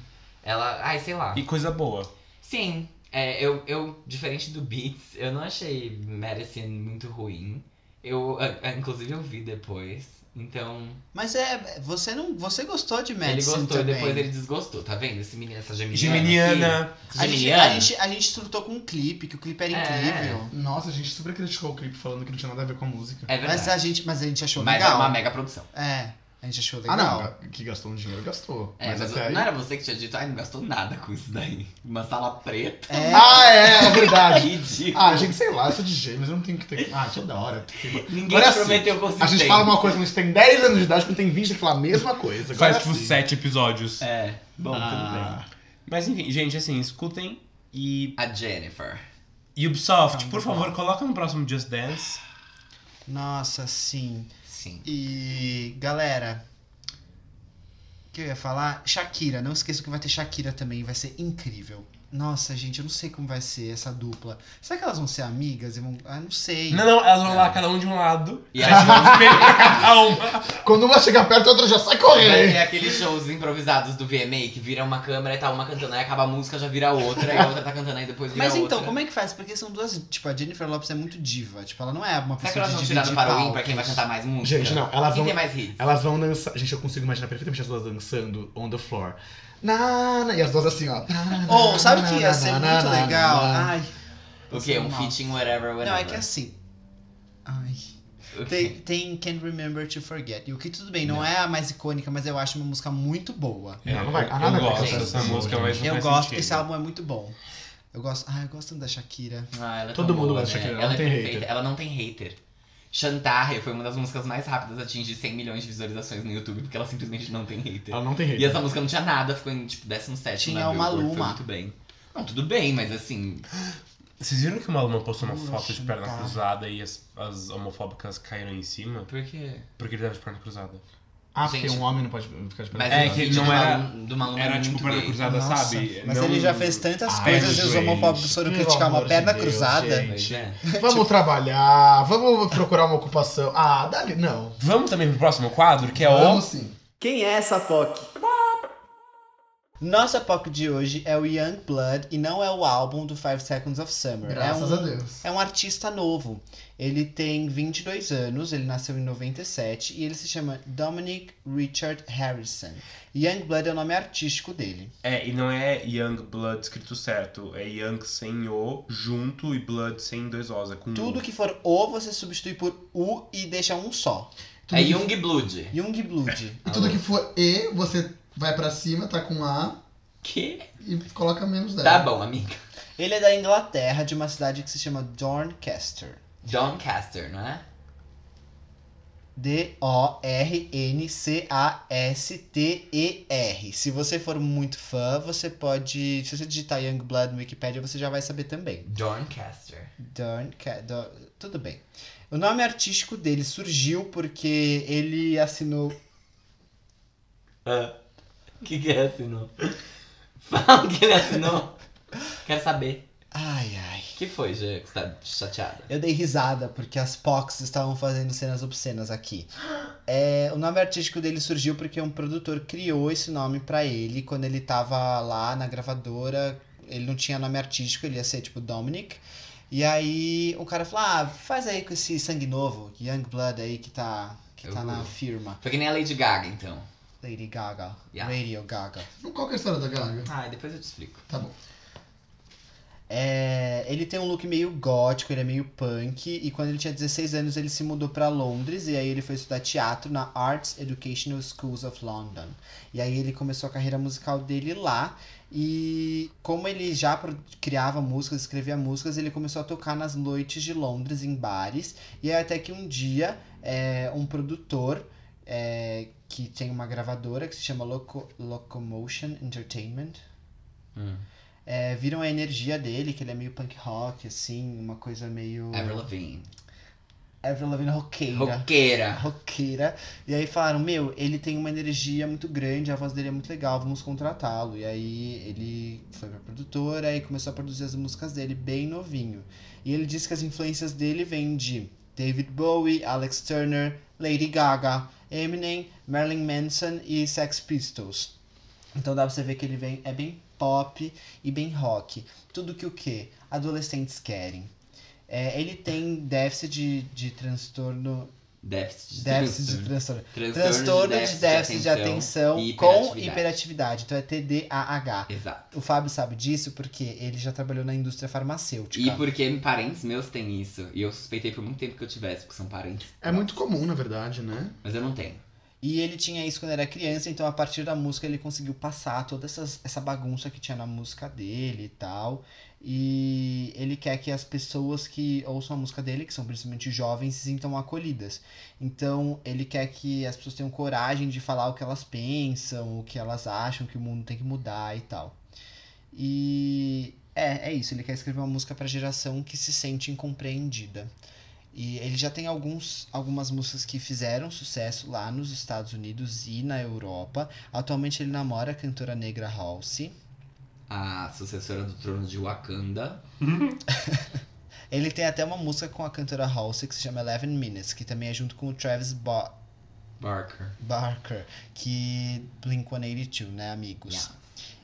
ela. Ai, sei lá.
E coisa boa.
Sim. é, eu, eu, diferente do Beats, eu não achei Medicine muito ruim. Eu, ah, ah, inclusive, eu vi depois. Então,
[laughs] Mas é. Você não. Você gostou de Madison
ele gostou e
também.
depois ele desgostou, tá vendo? Esse menino, essa geminiana. aqui.
Geminiana.
A gente,
Geminiana.
a, gente, a gente surtou com um clipe, que o clipe era
É.
incrível.
Nossa, a gente super criticou o clipe falando que não tinha nada a ver com a música.
É verdade.
Mas a gente, mas a gente achou
Mas é
legal.
uma mega produção.
É, a gente achou
Ah,
legal.
não. Que gastou um dinheiro, gastou.
É,
mas,
mas,
até aí.
não era você que tinha dito, ai, não gastou nada com isso
[laughs]
daí. Uma sala preta.
É,
Ah, é, é verdade.
Ridículo.
Ah, gente, sei lá, eu sou DJ, mas eu não tenho que ter. Ah, toda hora.
Ninguém
Agora
te
sim,
prometeu
A
consistência.
gente fala uma coisa quando a gente tem 10 anos de idade, quando tem 20, tem que falar a mesma coisa. Agora é assim.
Faz tipo
sim.
sete episódios.
É, bom, tudo bem.
Ah,
Mas enfim, gente, assim, escutem. E
A Jennifer.
Tá,
Ubisoft, por
muito bom.
favor, coloca no próximo Just Dance.
É, Nossa, sim.
Sim.
E galera, o que eu ia falar? Shakira, não esqueça que vai ter Shakira também, vai ser incrível. Nossa, gente, eu não sei como vai ser essa dupla. Será que elas vão ser amigas? Eu ah, não sei.
Não, não, elas vão
É.
lá, cada um de um lado.
E
E
a
a gente vai um espelho pra [laughs] cada um. uma.
Quando uma chega perto, a outra já sai
Vai
correndo.
ser É, aqueles shows improvisados do VMA que vira uma câmera e tá uma cantando, aí acaba a música, já vira outra, e a outra tá cantando, aí depois vira
Mas
outra.
então, como é que faz? Porque são duas. Tipo, a Jennifer Lopes é muito diva. Tipo, ela não é uma
Será que
pessoa
elas
de
vão tirar
dividir
do Paroim
palcos.
pra quem vai cantar mais música?
Gente, não, elas
Quem
vão-
tem mais hits?
Elas vão dançar. Gente, eu consigo imaginar perfeitamente as duas dançando on the floor. Na, na, e as duas assim, ó.
Ou, sabe que ia ser muito legal? Ah. Ai.
O quê? Um
Não.
feat em whatever, whatever.
Não, é que assim. Ai.
O quê?
Tem, tem Can't Remember to Forget. E o que tudo bem, não, é a mais icônica, mas eu acho uma música muito boa.
Não, não vai- ah,
eu
nada
gosto
acontece.
dessa música, mas não
eu
faz
gosto,
sentido.
esse álbum é muito bom. Eu gosto. Ah, eu gosto tanto da Shakira.
Ah, ela é
Todo
tão
mundo
boa,
gosta
né?
de Shakira,
Ela
não
é
tem
perfeita,
hater.
ela não tem hater. Chantarre foi uma das músicas mais rápidas a atingir 100 milhões de visualizações no YouTube, porque ela simplesmente não tem hater.
Ela não tem
E
rede.
essa música não tinha nada, ficou em tipo 17
Tinha
na
uma
Billboard,
luma.
Foi muito bem. Não, tudo bem, mas assim.
Vocês viram que uma aluna postou uma
Vamos
foto de perna
sentar.
cruzada e as, as homofóbicas caíram em cima?
Por quê?
Porque ele tava de perna cruzada.
Ah, porque
Gente.
um homem não pode ficar de perna
Mas
É,
o
que
vídeo
não
de uma
era-
aluna- de uma aluna
Era tipo
é muito
perna
gay.
cruzada,
Nossa,
sabe?
Mas
Não-
ele já fez tantas
Ai,
coisas e os
gente,
homofóbicos foram
pelo
criticar uma
amor de
perna
Deus,
cruzada.
gente.
Pois é.
Vamos trabalhar, vamos procurar uma ocupação. Ah, dali. Não.
Vamos também pro próximo quadro, que é
Vamos
o.
Então,
sim.
Quem é essa POC? Nossa POC de hoje é o Young Blood e não é o álbum do Five Seconds of Summer.
Graças
é um,
a Deus.
É um artista novo. Ele tem 22 anos, ele nasceu em 97 e ele se chama Dominic Richard Harrison. Youngblood é o nome artístico dele.
É, e não é Young Blood escrito certo. É Young sem O junto e Blood sem dois O's. É com
Tudo
U.
que for O você substitui por U e deixa um só.
Tudo
É
que-
Youngblood.
Youngblood.
E tudo que for E, você vai pra cima, tá com A
Que?
e coloca menos 10.
Tá bom, amiga.
Ele é da Inglaterra, de uma cidade que se chama Dorncaster.
Doncaster, não é?
D-O-R-N-C-A-S-T-E-R. Se você for muito fã, você pode. Se você digitar Youngblood no Wikipedia, você já vai saber também.
Doncaster.
Dorn, Ca- Dor- tudo bem. O nome artístico dele surgiu porque ele assinou.
O que, que ele assinou? [laughs] Fala o que ele assinou. Quero saber.
Ai, ai.
O que foi, Gê, que você tá chateada?
Eu dei risada porque as Pox estavam fazendo cenas obscenas aqui. É, o nome artístico dele surgiu porque um produtor criou esse nome pra ele quando ele tava lá na gravadora. Ele não tinha nome artístico, ele ia ser tipo Dominic. E aí o cara falou: ah, faz aí com esse sangue novo, Young Blood aí que tá, que tá na
Eu-
firma.
Foi que nem a Lady Gaga, então.
Lady Gaga.
Yeah.
Radio Gaga.
Qual que é a história da Gaga?
Ah, depois eu te explico.
Tá bom.
É, ele tem um look meio gótico, ele é meio punk, e quando ele tinha 16 anos ele se mudou pra Londres e aí ele foi estudar teatro na Arts Educational Schools of London. E aí ele começou a carreira musical dele lá, e como ele já pro- criava músicas, escrevia músicas, ele começou a tocar nas noites de Londres em bares, e aí até que um dia é, um produtor é, que tem uma gravadora que se chama Loco- Locomotion Entertainment é, viram a energia dele, que ele é meio punk rock, assim, uma coisa meio.
Avril Lavigne.
Avril Lavigne roqueira.
Roqueira.
Roqueira. E aí falaram, meu, ele tem uma energia muito grande, a voz dele é muito legal, vamos contratá-lo. E aí ele foi pra produtora e começou a produzir as músicas dele bem novinho. E ele disse que as influências dele vêm de David Bowie, Alex Turner, Lady Gaga, Eminem, Marilyn Manson e Sex Pistols. Então dá pra você ver que ele vem, é bem pop e bem rock. Tudo que o que? Adolescentes querem. É, ele tem déficit de, de transtorno
Déficit de
Déficit de
transtorno.
transtorno. Transtorno de déficit de atenção
e
com
hiperatividade.
hiperatividade. Então é TDAH.
Exato.
O Fábio sabe disso porque ele já trabalhou na indústria farmacêutica.
E porque parentes meus têm isso. E eu suspeitei por muito tempo que eu tivesse, porque são parentes.
É muito comum, na verdade, né?
Mas eu não tenho.
E ele tinha isso quando era criança, então a partir da música ele conseguiu passar toda essas, essa bagunça que tinha na música dele e tal. E ele quer que as pessoas que ouçam a música dele, que são principalmente jovens, se sintam acolhidas. Então ele quer que as pessoas tenham coragem de falar o que elas pensam, o que elas acham que o mundo tem que mudar e tal. E é, é isso, ele quer escrever uma música pra geração que se sente incompreendida. E ele já tem alguns, algumas músicas que fizeram sucesso lá nos Estados Unidos e na Europa. Atualmente ele namora a cantora negra Halsey.
A sucessora do trono de Wakanda.
Ele tem até uma música com a cantora Halsey que se chama Eleven Minutes, que também é junto com o Travis Ba-
Barker.
Barker, que Blink-182, né, amigos?
Yeah.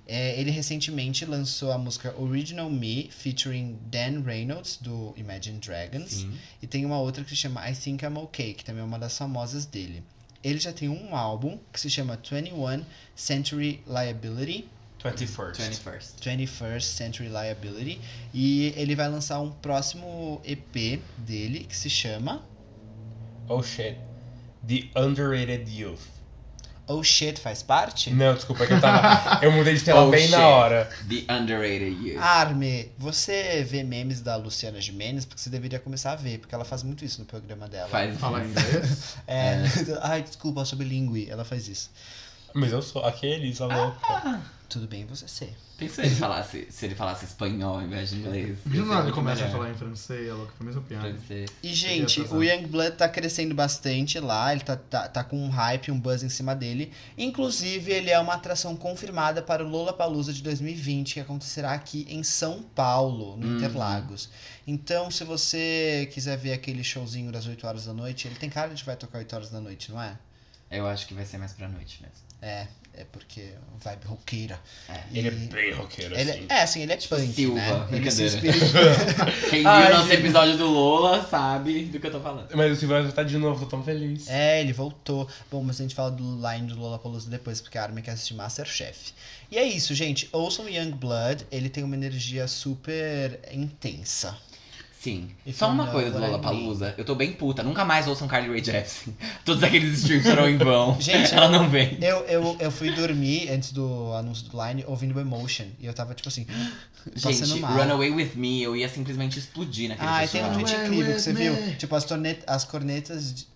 É, ele recentemente lançou a música Original Me, featuring Dan Reynolds, do Imagine Dragons.
Sim.
E tem uma outra que se chama I Think I'm Okay, que também é uma das famosas dele. Ele já tem um álbum que se chama 21 Century Liability,
21st.
21st.
21st Century Liability, e ele vai lançar um próximo EP dele que se chama
Oh shit. The Underrated Youth.
Oh Shit Faz Parte?
Não, desculpa, é que eu
[laughs]
tava. eu mudei de tela
Oh,
bem
shit.
na hora.
The Underrated Youth.
Ah, Arme, você vê memes da Luciana Gimenez? Porque você deveria começar a ver, porque ela faz muito isso no programa dela.
Faz
Falar
isso.
[laughs]
inglês.
É, [laughs] Ai, desculpa, eu sou bilíngue, ela faz isso.
Mas eu sou aqueles, alô.
Ah. Tudo bem você ser.
Pensou se ele falasse, se ele falasse espanhol ao invés de inglês.
Do
um
Ia ser
nada ele
muito
começa a
melhor.
falar em francês, é louco, pra mesma piada.
Francês.
E, gente,
atrasado.
o Youngblood tá crescendo bastante lá, ele tá, tá, tá com um hype, um buzz em cima dele. Inclusive, ele é uma atração confirmada para o Lollapalooza de 2020, que acontecerá aqui em São Paulo, no
Uhum.
Interlagos. Então, se você quiser ver aquele showzinho das 8 horas da noite, ele tem cara de que vai tocar 8 horas da noite, não é?
Eu acho que vai ser mais pra noite mesmo.
É, é porque vibe roqueira.
É.
Ele é
E-
bem roqueiro,
ele-
assim.
É, assim, ele é punk,
Silva,
né? Ele se
brincadeira.
inspira...
[laughs] Quem viu
Ai,
o nosso
gente.
episódio do Lola sabe do que eu tô falando.
Mas o Silvio tá de novo, tô tão feliz.
É, ele voltou. Bom, mas a gente fala do Line do Lollapalooza depois, porque a Armin quer assistir Masterchef. E é isso, gente. Ouçam Youngblood, ele tem uma energia super intensa.
Sim.
E
Só uma
Found
coisa do
Out What I
Lola Palusa. Eu tô bem puta. Nunca mais ouçam Carly Rae Jepsen. [laughs] Todos aqueles streams foram em
[laughs]
vão.
Gente,
ela não vem.
Eu, eu, eu fui dormir antes do anúncio do Line ouvindo Emotion, e eu tava tipo assim, passando
Gente,
mal.
Runaway With Me, eu ia simplesmente explodir naquele
Ah, e tem um
festival.
tweet
Runaway
incrível que
with
você
me.
viu. Tipo, as, tornet, as cornetas. De,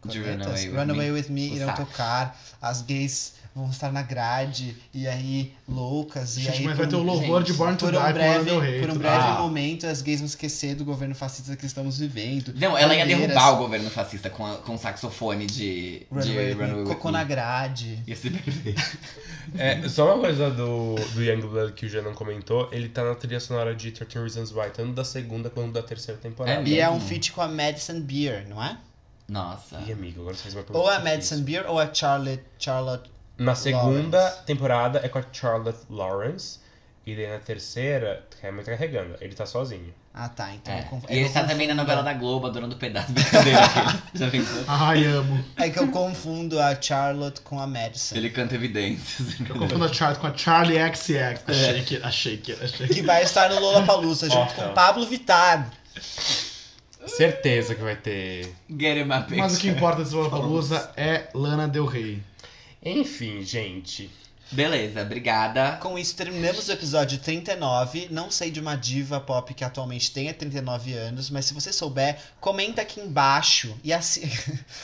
cornetas?
Runaway with
Runaway with Me,
O
irão
sax.
tocar, as gays vão estar na grade, e aí, loucas, e
Gente,
aí.
mas vai
por
ter o
um-
louvor de
gente,
Born to
Por
Die
um,
pro Lana
breve,
Del Rey.
por um
tudo
breve
bem.
Ah.
momento, as gays vão esquecer do governo fascista que estamos vivendo.
Não, ela ia
um Bandeiras.
derrubar o governo fascista com, a, com o saxofone de
Runaway,
de
with Me,
Runaway With
cocô
Me.
na grade.
Ia ser perfeito.
É, só uma coisa do, do Youngblood que o Jean não comentou, ele tá na trilha sonora de 13 Reasons Why, tanto da segunda quanto da terceira temporada.
É
E é um
mesmo?
feat com a Madison Beer, não é?
Nossa.
Ih, amigo, agora você fez uma pergunta.
Ou a
é
difícil.
Madison Beer ou a Charlotte. Charlotte.
Na segunda
Lawrence.
temporada é com a Charlotte Lawrence, e daí na terceira, é muito carregando, ele tá sozinho.
Ah, tá. Então.
É.
eu conf-
E ele
eu
tá
confundo.
também na novela da Globo, adorando o pedaço. Brincadeira, gente. [laughs] Já pensou?
Ai, [laughs] amo.
É que eu confundo a Charlotte com a Madison.
Ele canta evidências. [laughs]
Eu confundo a Charlie com a Charlie XX. A
É.
Shaker, a Shaker, a Shaker.
Que vai estar no Lollapalooza junto
Ó,
com
ó.
Pablo Vittar.
Hum. Certeza que vai ter.
Get him a picture.
Mas o que importa desse Lollapalooza é Lana Del Rey.
Enfim, gente.
Beleza, obrigada.
Com isso, terminamos o episódio 39. Não sei de uma diva pop que atualmente tenha 39 anos, mas se você souber, comenta aqui embaixo. E assim.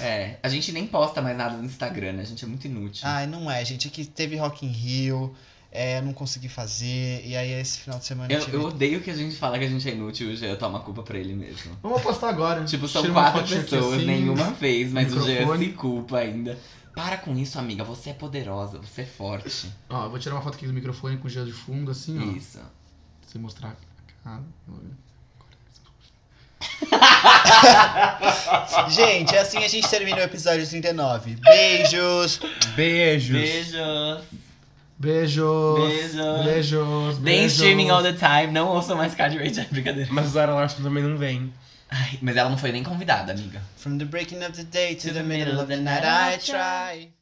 É, a gente nem posta mais nada no Instagram, né? A gente é muito inútil.
Ai, não é, gente. Aqui teve Rock in Rio. é, não consegui fazer, e aí esse final de semana
Eu,
tive-
eu odeio que a gente fala que a gente é inútil e o Jean toma a culpa pra ele mesmo.
Vamos apostar agora.
Tipo, são
Tira uma
quatro
fotinha aqui
pessoas,
assim.
nenhuma fez, mas o Jean
microfone.
se culpa ainda. Para com isso, amiga. Você é poderosa, você é forte.
Ó, eu vou tirar uma foto aqui do microfone com o gelo de fundo, assim, ó. Pra
Isso.
você mostrar a cara.
Gente, é assim a gente termina o episódio 39. Beijos!
Beijos.
Beijos.
Beijos.
Beijos.
Beijos.
Nem
beijos.
streaming all the time. Não ouçam mais Card Rage. [laughs] Brincadeira.
Mas Zara Larson também não vem.
Ai, mas ela não foi nem convidada, amiga.
From the breaking of the day to the middle of the night I try.